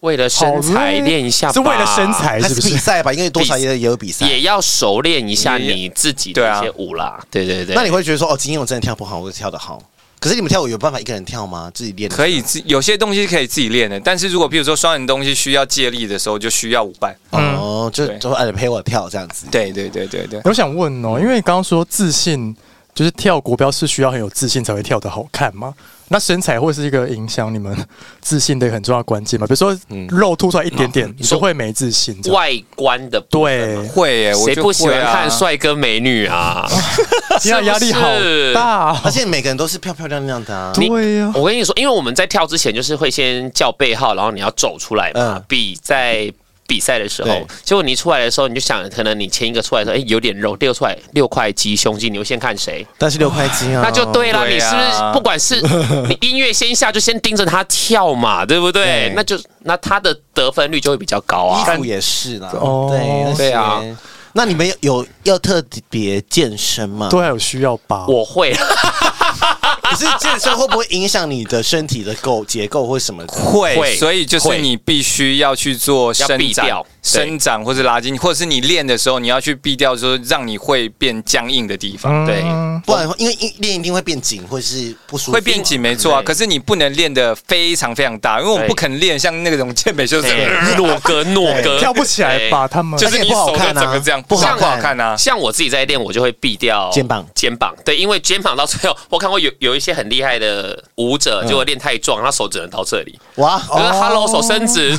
C: 为了 身
A: 好
C: 材
A: 累
C: 练一下吧，
A: 是为了身材
B: 还
A: 是
B: 是
A: 不
B: 比
A: 是？
B: 赛吧？因为多少也也有比赛。
C: 也要熟练一下
D: 也
C: 你自己的一些舞啦，对对对。
B: 那你会觉得说，哦，今天我真的跳不好，我就跳得好。可是你们跳舞有办法一个人跳吗？自己练的
D: 可以自有些东西可以自己练的，但是如果譬如说双人东西需要借力的时候，就需要舞伴。
A: 嗯
B: 哦，就
D: 对
B: 就哎陪我跳这样子。
D: 对对对对对，
A: 我想问哦，因为你刚刚说自信，就是跳国标是需要很有自信才会跳得好看吗？那身材会是一个影响你们 自信的一个很重要的关键嘛？比如说
C: 嗯
A: 肉凸出来一点点，你就会没自信这样。
C: 外观的部分
A: 对
C: 嘛，，
D: 会耶，我
C: 谁
D: 就
C: 不喜
D: 会
C: 欢
D: 啊
C: 看？帅哥美女啊？
A: 现在压力好大哦。
B: 而且每个人都是漂漂亮亮的啊。
C: 你
A: 对呀、
C: 我跟你说，因为我们在跳之前就是会先叫背号，然后你要走出来嘛，
B: 嗯
C: 比在。比赛的时
B: 对
C: 候，结果你一出来的时候，你就想，可能你前一个出来的时候，哎、有点肉，第二个出来六块肌、胸肌，你会先看谁？
B: 但是六块金啊，
C: 那就对了，
D: 对
C: 你是不
D: 啊
C: 是不管是你音乐先下，就先盯着他跳嘛，对不对？
B: 对
C: 那就那他的得分率就会比较高啊。
B: 衣服也是啦。
A: 哦
B: 对
C: 对。
B: 那些
C: 啊
B: 那你们有有要特别健身吗？
A: 都，还有需要吧？
C: 我会，
B: 可是健身会不会影响你的身体的构结构或什么的？
D: 会，
C: 会
D: 所以就是
C: 会
D: 你必须要去做
C: 要
D: 伸
C: 避
D: 展
C: 掉、对
D: 伸展或是拉筋，或者是你练的时候，你要去避掉，说让你会变僵硬的地
A: 嗯
D: 方，
C: 对
B: 不然因为一练一定会变紧，或是不舒服，
D: 会变紧，。没错啊。
C: 对
D: 可是你不能练得非常非常大，因为我们
C: 对
D: 不肯练像那种健美就 是
C: 对诺哥，诺哥
A: 跳不起来吧？他们哎
D: 就
B: 而
D: 是
B: 且
D: 你
B: 不好
D: 手就
B: 看啊
D: 整个这样，
B: 不好
D: 像不好
B: 看
D: 看啊。
C: 像我自己在练，我就会避掉
B: 肩膀
C: 肩膀对，因为肩膀到最后，我看过有有一些很厉害的舞者，结果练太壮，他手只能到这里，
B: 哇，哦
C: 就是呃 Hello 手伸直，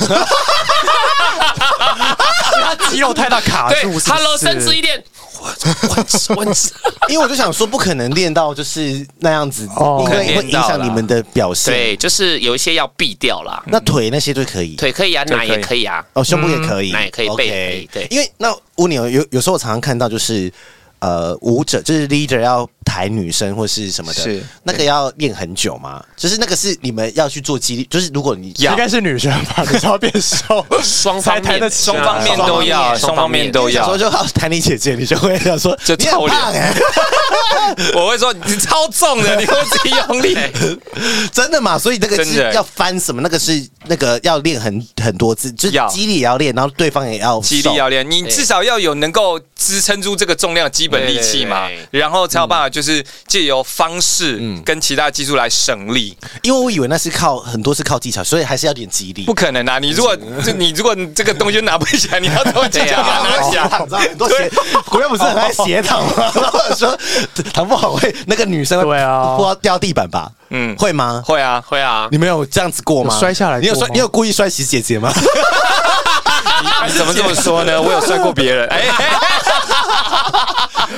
A: 肌肉太大卡
C: 对
A: 住是不是
C: ，Hello 伸直一点，弯直弯直，
B: 因为我就想说，不可能练到就是那样子，
A: 哦
B: 因为会影响你们的表现。
C: 对，就是有一些要避掉啦，
B: 那腿那些都可以，
C: 腿可以啊，
D: 腿可
C: 奶
D: 以
C: 也可以啊，
B: 哦，胸部也可以，
C: 嗯那也可以
B: OK
C: 背也可以对
B: 因为那乌牛有有时候我常常看到就是。呃，舞者就是 leader 要抬女生或是什么的，
D: 是
B: 那个要练很久嘛，就是那个是你们要去做激励，就是如果你
A: 应该是女生吧？你知道变 瘦，
C: 双方
A: 才抬得
C: 面
A: 起来
D: 双方面都要，双
C: 双
D: 方
C: 方
D: 面
C: 面
D: 都
B: 有时
D: 要
B: 候。就好谈你姐姐，你就会想说
D: 就
B: 你很
D: 臭脸
B: 胖哎、
D: 我会说你超重的，你会自己用 力。
B: 真的嘛？所以那个
D: 真
B: 是
D: 的
B: 要翻什么？那个是那个要练很很多次，就是
D: 要
B: 肌力也要练，然后对方也要
D: 肌
B: 瘦
D: 力要练，你至少要有能够支撑住这个重量的基本力气嘛
C: 对对，
D: 然后才有办法就是借由方式跟其他技术来省力。
B: 因为我以为那是靠很多是靠技巧，所以还是要点肌力
D: 不。可能啊！你如果就你如果这个东西拿不起来，你要怎 么技巧
C: 对啊
D: 把它拿起 来？
B: 躺知道很多斜，国标不是很爱斜躺吗？然后说躺不好会那个女生会
A: 对啊
B: 不知道掉地板吧？
D: 嗯
B: 嗯，会吗？
D: 会啊，
C: 会啊，
B: 你们有这样子过吗？
A: 有摔下来过吗
B: 你有摔？你有故意摔死姐 姐吗？
D: 你怎么这么说 呢？我有摔过别人，哎，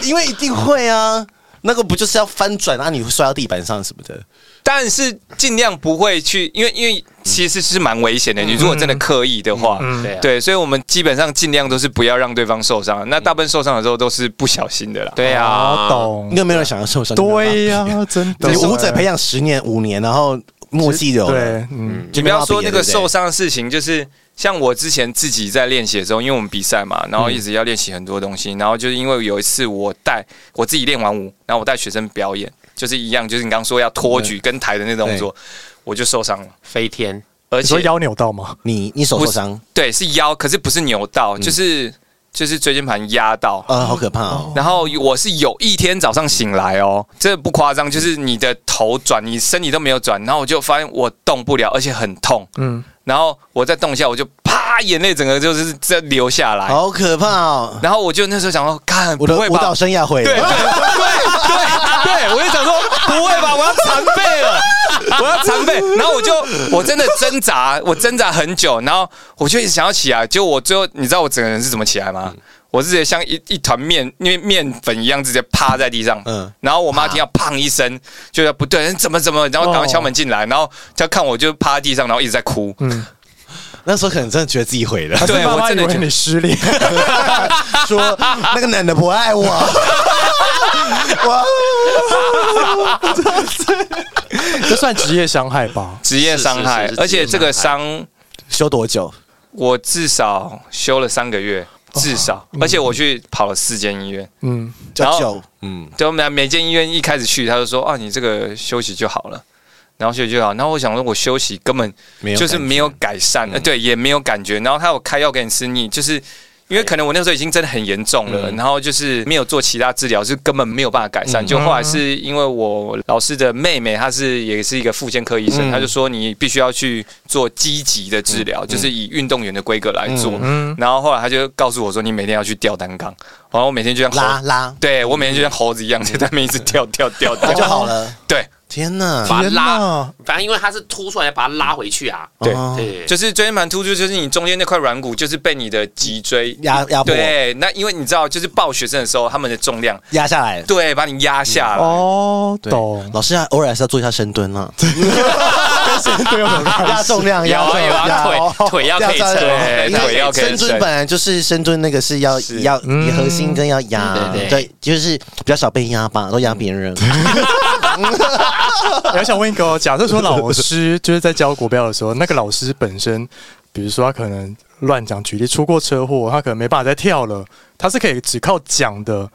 B: 因为一定会啊，那个不就是要翻转啊？你会摔到地板上什么的？
D: 但是尽量不会去，因为因为其实是蛮危险的。你如果真的刻意的话，
A: 嗯
C: 对啊，
D: 对，所以我们基本上尽量都是不要让对方受伤。那大部分受伤的时候都是不小心的啦。
C: 对
A: 啊，
C: 啊，
A: 懂
B: 应，该没有人想要受伤。
A: 对 啊呀，真的，
B: 你啊舞者培养十年五年，然后墨迹有了，
A: 对，嗯，
D: 你不要说那个受伤的事情，就是像我之前自己在练习的时候，因为我们比赛嘛，然后一直要练习很多东西，然后就是因为有一次我带我自己练完舞，然后我带学生表演，就是一样，就是你刚刚说要托举跟抬的那动作，我就受伤了，
C: 飞天，
D: 而
A: 你说
D: 且
A: 腰扭到吗？
B: 你你手受伤
D: 对是腰，可是不是扭到，就是就是椎间盘压到。
B: 啊，好可怕哦！
D: 然后我是有一天早上醒来哦，这不夸张，就是你的头转，你身体都没有转，然后我就发现我动不了，而且很痛。
A: 嗯，
D: 然后我再动一下，我就啪，眼泪整个就是这流下来。
B: 好可怕哦！
D: 然后我就那时候想说，看不
B: 我的
D: 会
B: 舞蹈
D: 吧？
B: 生涯毁
D: 对对对
B: 了，
D: 对对，我就想说不会吧，我要残废了，我要残废。然后我就我真的挣扎，我挣扎很久，然后我就一直想要起来，结果我最后你知道我整个人是怎么起来吗？我是直接像一一团面面面粉一样直接趴在地上，
B: 嗯
D: 嗯，然后我妈听到砰一声，就说不对，怎么怎么，然后赶快敲门进来，然后她看我就趴在地上，然后一直在哭，
A: 嗯，
B: 那时候可能真的觉得自己毁了，
D: 对
A: 爸
D: 我
A: 妈以
D: 真的
A: 为
D: 觉得
A: 你失 恋，
B: 说那个男的不爱我，
A: 这算职业伤害吧？
D: 职业伤害
C: 是是，是
D: 而且这个伤
B: 修多久？
D: 我至少休了三个月，至少，而且我去跑了四间医院。
A: 嗯，
D: 然
B: 叫
D: 后
B: 久，嗯，
D: 就每每间医院一开始去，他就说啊，你这个休息就好了，然后休息就好。然后我想说，我休息根本
B: 没有，嗯
D: 就是没有改善，呃，对，也没有感觉。然后他有开药给你吃，你就是。因为可能我那时候已经真的很严重了，
B: 嗯
D: 然后就是没有做其他治疗，是根本没有办法改善。就后来是因为我老师的妹妹，她是也是一个妇健科医
B: 嗯
D: 生，她就说你必须要去做积极的治疗，
B: 嗯
D: 就是以运动员的规格来做。
A: 嗯
D: 然后后来她就告诉我说，你每天要去吊单杠，然后我每天就像猴
B: 拉拉
D: 对我每天就像猴子一样在那边一直跳跳跳
B: 那就
D: 跳。
B: 好了。
D: 对，
B: 天哪！
C: 把它
A: 天
C: 拉
A: 哪，
C: 反正因为它是凸出来，把它拉回去啊。
D: 对
B: 哦
C: 对，
D: 就是椎间盘突出，就是你中间那块软骨就是被你的脊椎
B: 压压迫
D: 对，那因为你知道，就是抱学生的时候，他们的重量
B: 压下来。
D: 对把你压下来。
A: 哦，
B: 对
A: 懂，
B: 老师啊，偶尔还是要做一下深蹲 啊，
A: 跟谁都有
B: 压重量，
D: 有
B: 压
D: 啊
B: 重
D: 有
B: 量，
D: 啊，腿腿要可以
B: 压
D: 撑，
B: 重量
D: 对
B: 因为
D: 腿要可以
B: 深蹲
D: 撑
B: 本。来就是深蹲，那个是要
D: 是
B: 要
A: 嗯
B: 你核心跟要压，
C: 对
B: 对，就是比较少被压吧，都压别 人。
A: 我还想问一个哦，假设说老 师就是在教国标的时候，那个老师本身，比如说他可能乱讲，举例出过车祸，他可能没办法再跳了，他是可以只靠讲的，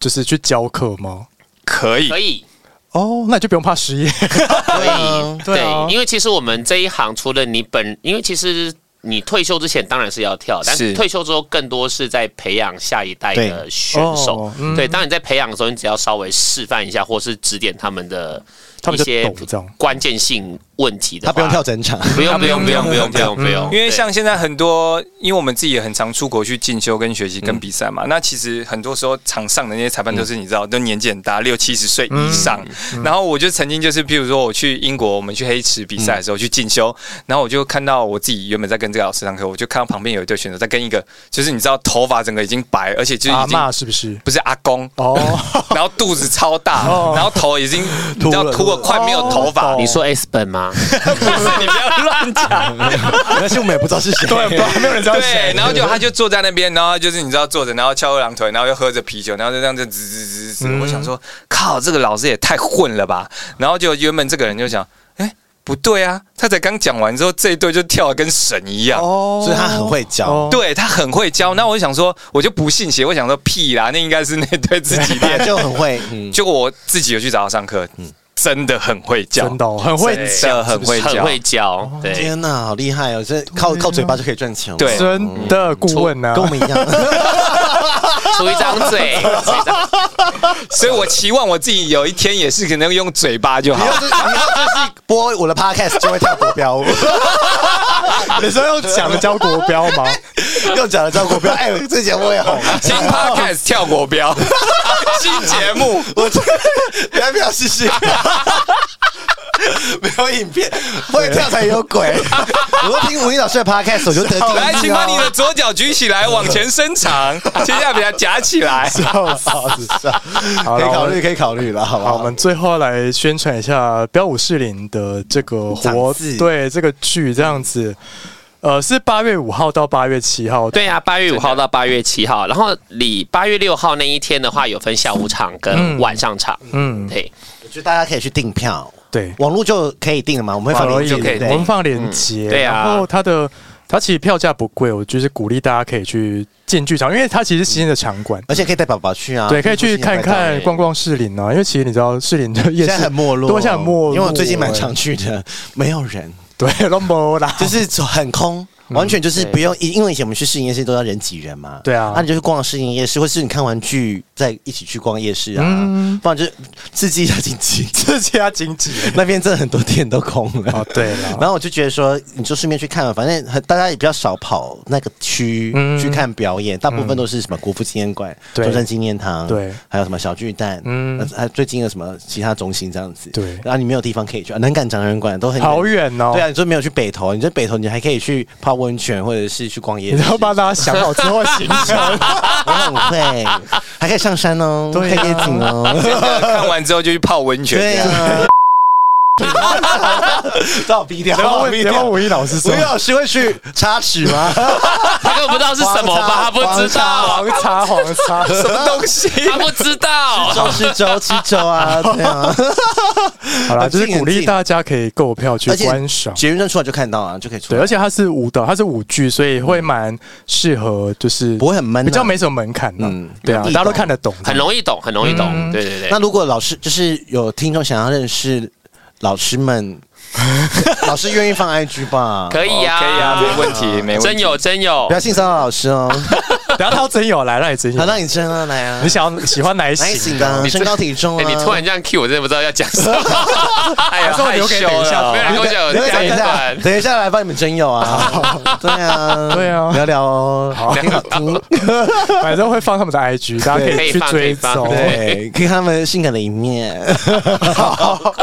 A: 就是去教课吗？
D: 可以
C: 可，以，
A: 哦，那你就不用怕失业。
C: 可以，
A: 对啊
C: 因为其实我们这一行，除了你本，因为其实你退休之前当然是要跳，但
D: 是
C: 是退休之后更多是在培养下一代的选手
A: 哦。嗯
C: 对，当你在培养的时候，你只要稍微示范一下，或是指点他们的
A: 他们
C: 一
A: 就
C: 些
A: 懂这样
C: 关键性问题的
B: 他
C: 话，
B: 不用跳整场，
C: 不用，
D: 他
C: 不
D: 不
C: 用
D: 用
C: 不用不
D: 不
C: 用
D: 用
C: 不用不
A: 哦
C: 用，
D: 因为
C: 对
D: 像现在很多，因为我们自己也很常出国去进修跟学习跟比赛
A: 嗯
D: 嘛，那其实很多时候场上的那些裁判都是你知道，都年纪很大，六七十岁以上。
A: 嗯
D: 然后我就曾经就是，譬如说我去英国，我们去黑池比赛的时候去进修，
A: 嗯
D: 然后我就看到我自己原本在跟这个老师上课，我就看到旁边有一对选手在跟一个，就是你知道头发整个已经白，而且就是
A: 阿
D: 已经
A: 嬷是不 是？
D: 不是阿公，
A: 啊哦，
D: 然后肚子超大，
A: 哦
D: 然后头已经你知道
A: 秃了
D: 秃了快没有头发
A: 哦，
C: 你说 S 本吗？
D: 你不要乱讲。
B: 但是我们也不知道是谁。
A: 对，不知道没有人知道
D: 对
A: 谁，。
D: 然后就他就坐在那边，然后就是你知道坐着，然后翘二郎腿，然后又喝着啤酒，然后就这样子滋滋滋滋。我想说，靠，这个老师也太混了吧！然后就原本这个人就想，哎，不对啊，他才刚讲完之后，这一对就跳的跟神一样。
A: 哦
B: 所以他很会教，
D: 对他很会教，那我就想说，我就不信邪，我想说屁啦，那应该是那 对自己
B: 本
D: 练
B: 来。就很会。嗯，
D: 结果我自己有去找他上课，真的很会教，
A: 真的哦很会
D: 真
A: 讲
D: 的很会
C: 很
D: 教，
C: 会教，
A: 哦
C: 对。
A: 啊
B: 天哪，好厉害哦！这靠靠嘴巴就可以赚钱了，嗯
D: 对
A: 真的顾问啊呢、
B: 跟我们一样。
C: 出一张 嘴，出一张
D: 所以我期望我自己有一天也是可能用嘴巴就好
B: 你。要是你要就是播我的 podcast 就会跳国 标 舞，
A: 你说要讲的教国标吗？
B: 又讲了跳国标，哎、这节目也红。
D: 新 podcast 跳国标， 新节目，
B: 我这你要不要试试？ 没有影片，会跳才有鬼。我都听吴英老师的 podcast，我就得第一哦
D: 来，请把你的左脚举起来，往前伸 长，接下来把它夹起来。
B: 笑死笑，
A: 好
B: 啊可以
A: 了
B: 考
A: 我
B: 虑，
A: 们
B: 可以考虑了，好不
A: 好，
B: 好？
A: 我们最后来宣传一下《标五士林》的这个活
B: 场次
A: 对这个剧这样子，呃，是八月五号到八月七号，
C: 对啊，八月五号到八月七号，然后礼八月六号那一天的话，有分下午场跟晚上场。
A: 嗯，
C: 对，
B: 我觉得大家可以去订票，
A: 对，
B: 网络就可以订了嘛，我们会放
A: 网络
B: 链接，
A: 也
B: 对不
A: 我们
B: 对？
A: 放链接，
C: 嗯对啊
A: 然后它的它其实票价不贵，我就是鼓励大家可以去进剧场，因为它其实是新的场馆。
B: 而且可以带宝宝去啊，
A: 对，可以去看看
B: 对
A: 逛。逛士林啊，因为其实你知道士林的夜
B: 现
A: 市啊
B: 在很 没落，
A: 都现在很没落，哎
B: 因为我最近蛮常去的，没有人，
A: 对，都没啦，
B: 就是很空，完全就是不用，因为以前我们去试营夜市都要人挤人嘛。
A: 对啊
B: 那你就去逛试营夜市，或是你看完剧再一起去逛夜市
A: 嗯
B: 啊，不然就是刺激一下经济。
A: 这家经济
B: 那边真的很多店都空了
A: 哦，。对了，
B: 然后我就觉得说，你就顺便去看了，反正很大家也比较少跑那个区、
A: 嗯
B: 去看表演，大部分都是什么国父纪念馆、
A: 对
B: 中正纪念堂，
A: 对
B: 还有什么小巨蛋，
A: 嗯
B: 嗯，还有最近的什么其他中心这样子，
A: 对
B: 然后你没有地方可以去，啊南港展览馆都很
A: 好。远哦，
B: 对啊，你就没有去北投，你在北投你还可以去泡温泉，或者是去逛夜
A: 你
B: 市，
A: 要帮大家想好之后的行 程。
B: 我很会，还可以上山哦，
A: 对啊
B: 看夜景哦，
D: 看完之后就去泡温泉。
B: 对啊，把我逼掉，
A: 然
B: 把
A: 后
B: 我
A: 问，
B: 逼
A: 然后
B: 掉。
A: 吴一老师说
B: 吴宇，老师会去插翅 吗？
C: 他根本不知道是什么吧？他不知道
A: 黄，茶黄 茶，
D: 什么东西？
C: 他不知道。
B: 周吃粥吃粥啊，对啊。
A: 好啦，就是
B: 很近
A: 鼓励
B: 很
A: 大家可以购票去
B: 而且
A: 观赏。
B: 捷运站出来就看到啊，就可以出
A: 对，
B: 来，
A: 而且它是舞蹈，它是舞剧，所以会蛮适合，就是
B: 不会很闷啊
A: 比较没什么门槛的。
B: 嗯
A: 对啊，
B: 易懂
A: 大家都看得 懂。
C: 很容易懂，很容易懂，
A: 嗯
C: 对对
B: 那
C: 对。
B: 如果老师就是有听众想要认识老师 们，老师愿意放 IG 吧？
C: 可以啊，
D: 可以啊， 没问题，没问
C: 真
D: 题。
C: 有真有
B: 不要，性骚扰老师 哦，
A: 然后他真有来，让你真
B: 好，
A: 有。
B: 让你真啊，来啊
A: 你，想要喜欢哪一
B: 来一
A: 型
B: 醒？啊，
C: 你
B: 身高体重
C: 哎，
B: 啊，
C: 你突然这样 Q，我真的不知道要讲什么。哎
A: 还
C: 呀，
A: 是我
C: 害
A: 留给
C: 羞
A: 等一下
C: 了，没有人跟我讲，
B: 等
C: 这
B: 一
C: 一
B: 下，
C: 段。
B: 等一下来帮你们征友啊，对啊，
A: 对啊
B: 聊聊哦，好，挺好听，
A: 反正会放他们的 IG，大家可
C: 可
A: 以
C: 以
A: 去
C: 放可
A: 追
C: 以放
A: 踪。
C: 对
B: 对，可以看他们性感的一面，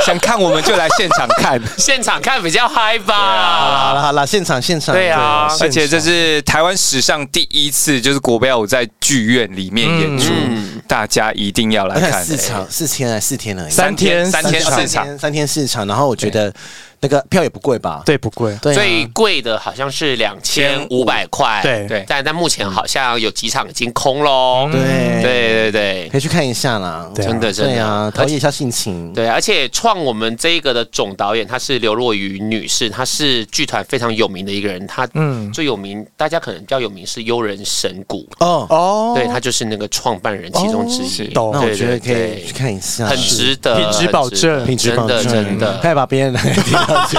D: 想看我们就来 现场看。
C: 现场看比较嗨
B: 好了
C: 吧？
B: 好了，现场现场，
C: 啊对啊，
D: 而且这是台湾史上第一次，就是国标舞在剧院里面演出，
C: 嗯
D: 大家一定要来
B: 而且
D: 看。哎
B: 四场四天还是四天而已，
A: 三天
D: 三天
A: 三
D: 四
B: 三
D: 场，
B: 天三天四场，然后我觉得那个票也不贵吧？
A: 对，不贵。
B: 对啊，
C: 最贵的好像是两千五百块，
A: 对
D: 对
C: 但但目前好像有几场已经空喽。
A: 嗯
B: 对
C: 对对对
B: 可以去看一下啦。
A: 对啊
C: 真的真
B: 对啊，
C: 的，
B: 陶冶一下性情。
C: 对，而且创我们这一个的总导演，她是刘若愚女士，她是剧团非常有名的一个人。她
A: 嗯
C: 最有名，大家可能比较有名是悠人神谷，
B: 哦，
A: 哦
C: 对，她就是那个创办人其中之一。
A: 懂
B: 那我觉得
C: 对
B: 可以
C: 对
B: 去看一下，
C: 很值得，
A: 品质保证
B: 品质保证，
C: 真的真的。
B: 快把别人的地方去。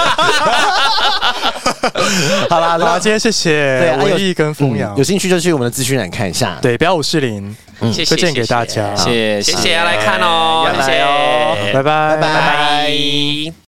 B: 好啦，
A: 好，
B: 那
A: 今天谢
B: 对
A: 谢
B: 啊有
A: 文艺跟风阳
B: 有。兴趣就去我们的资讯栏看一下。
A: 对，标五四零，
C: 谢
A: 推
C: 谢
A: 荐给大家。
D: 谢
C: 谢谢要来看哦，
D: 要
C: 谢
D: 来哦
C: 谢，
A: 拜拜，
B: 拜拜
C: 拜拜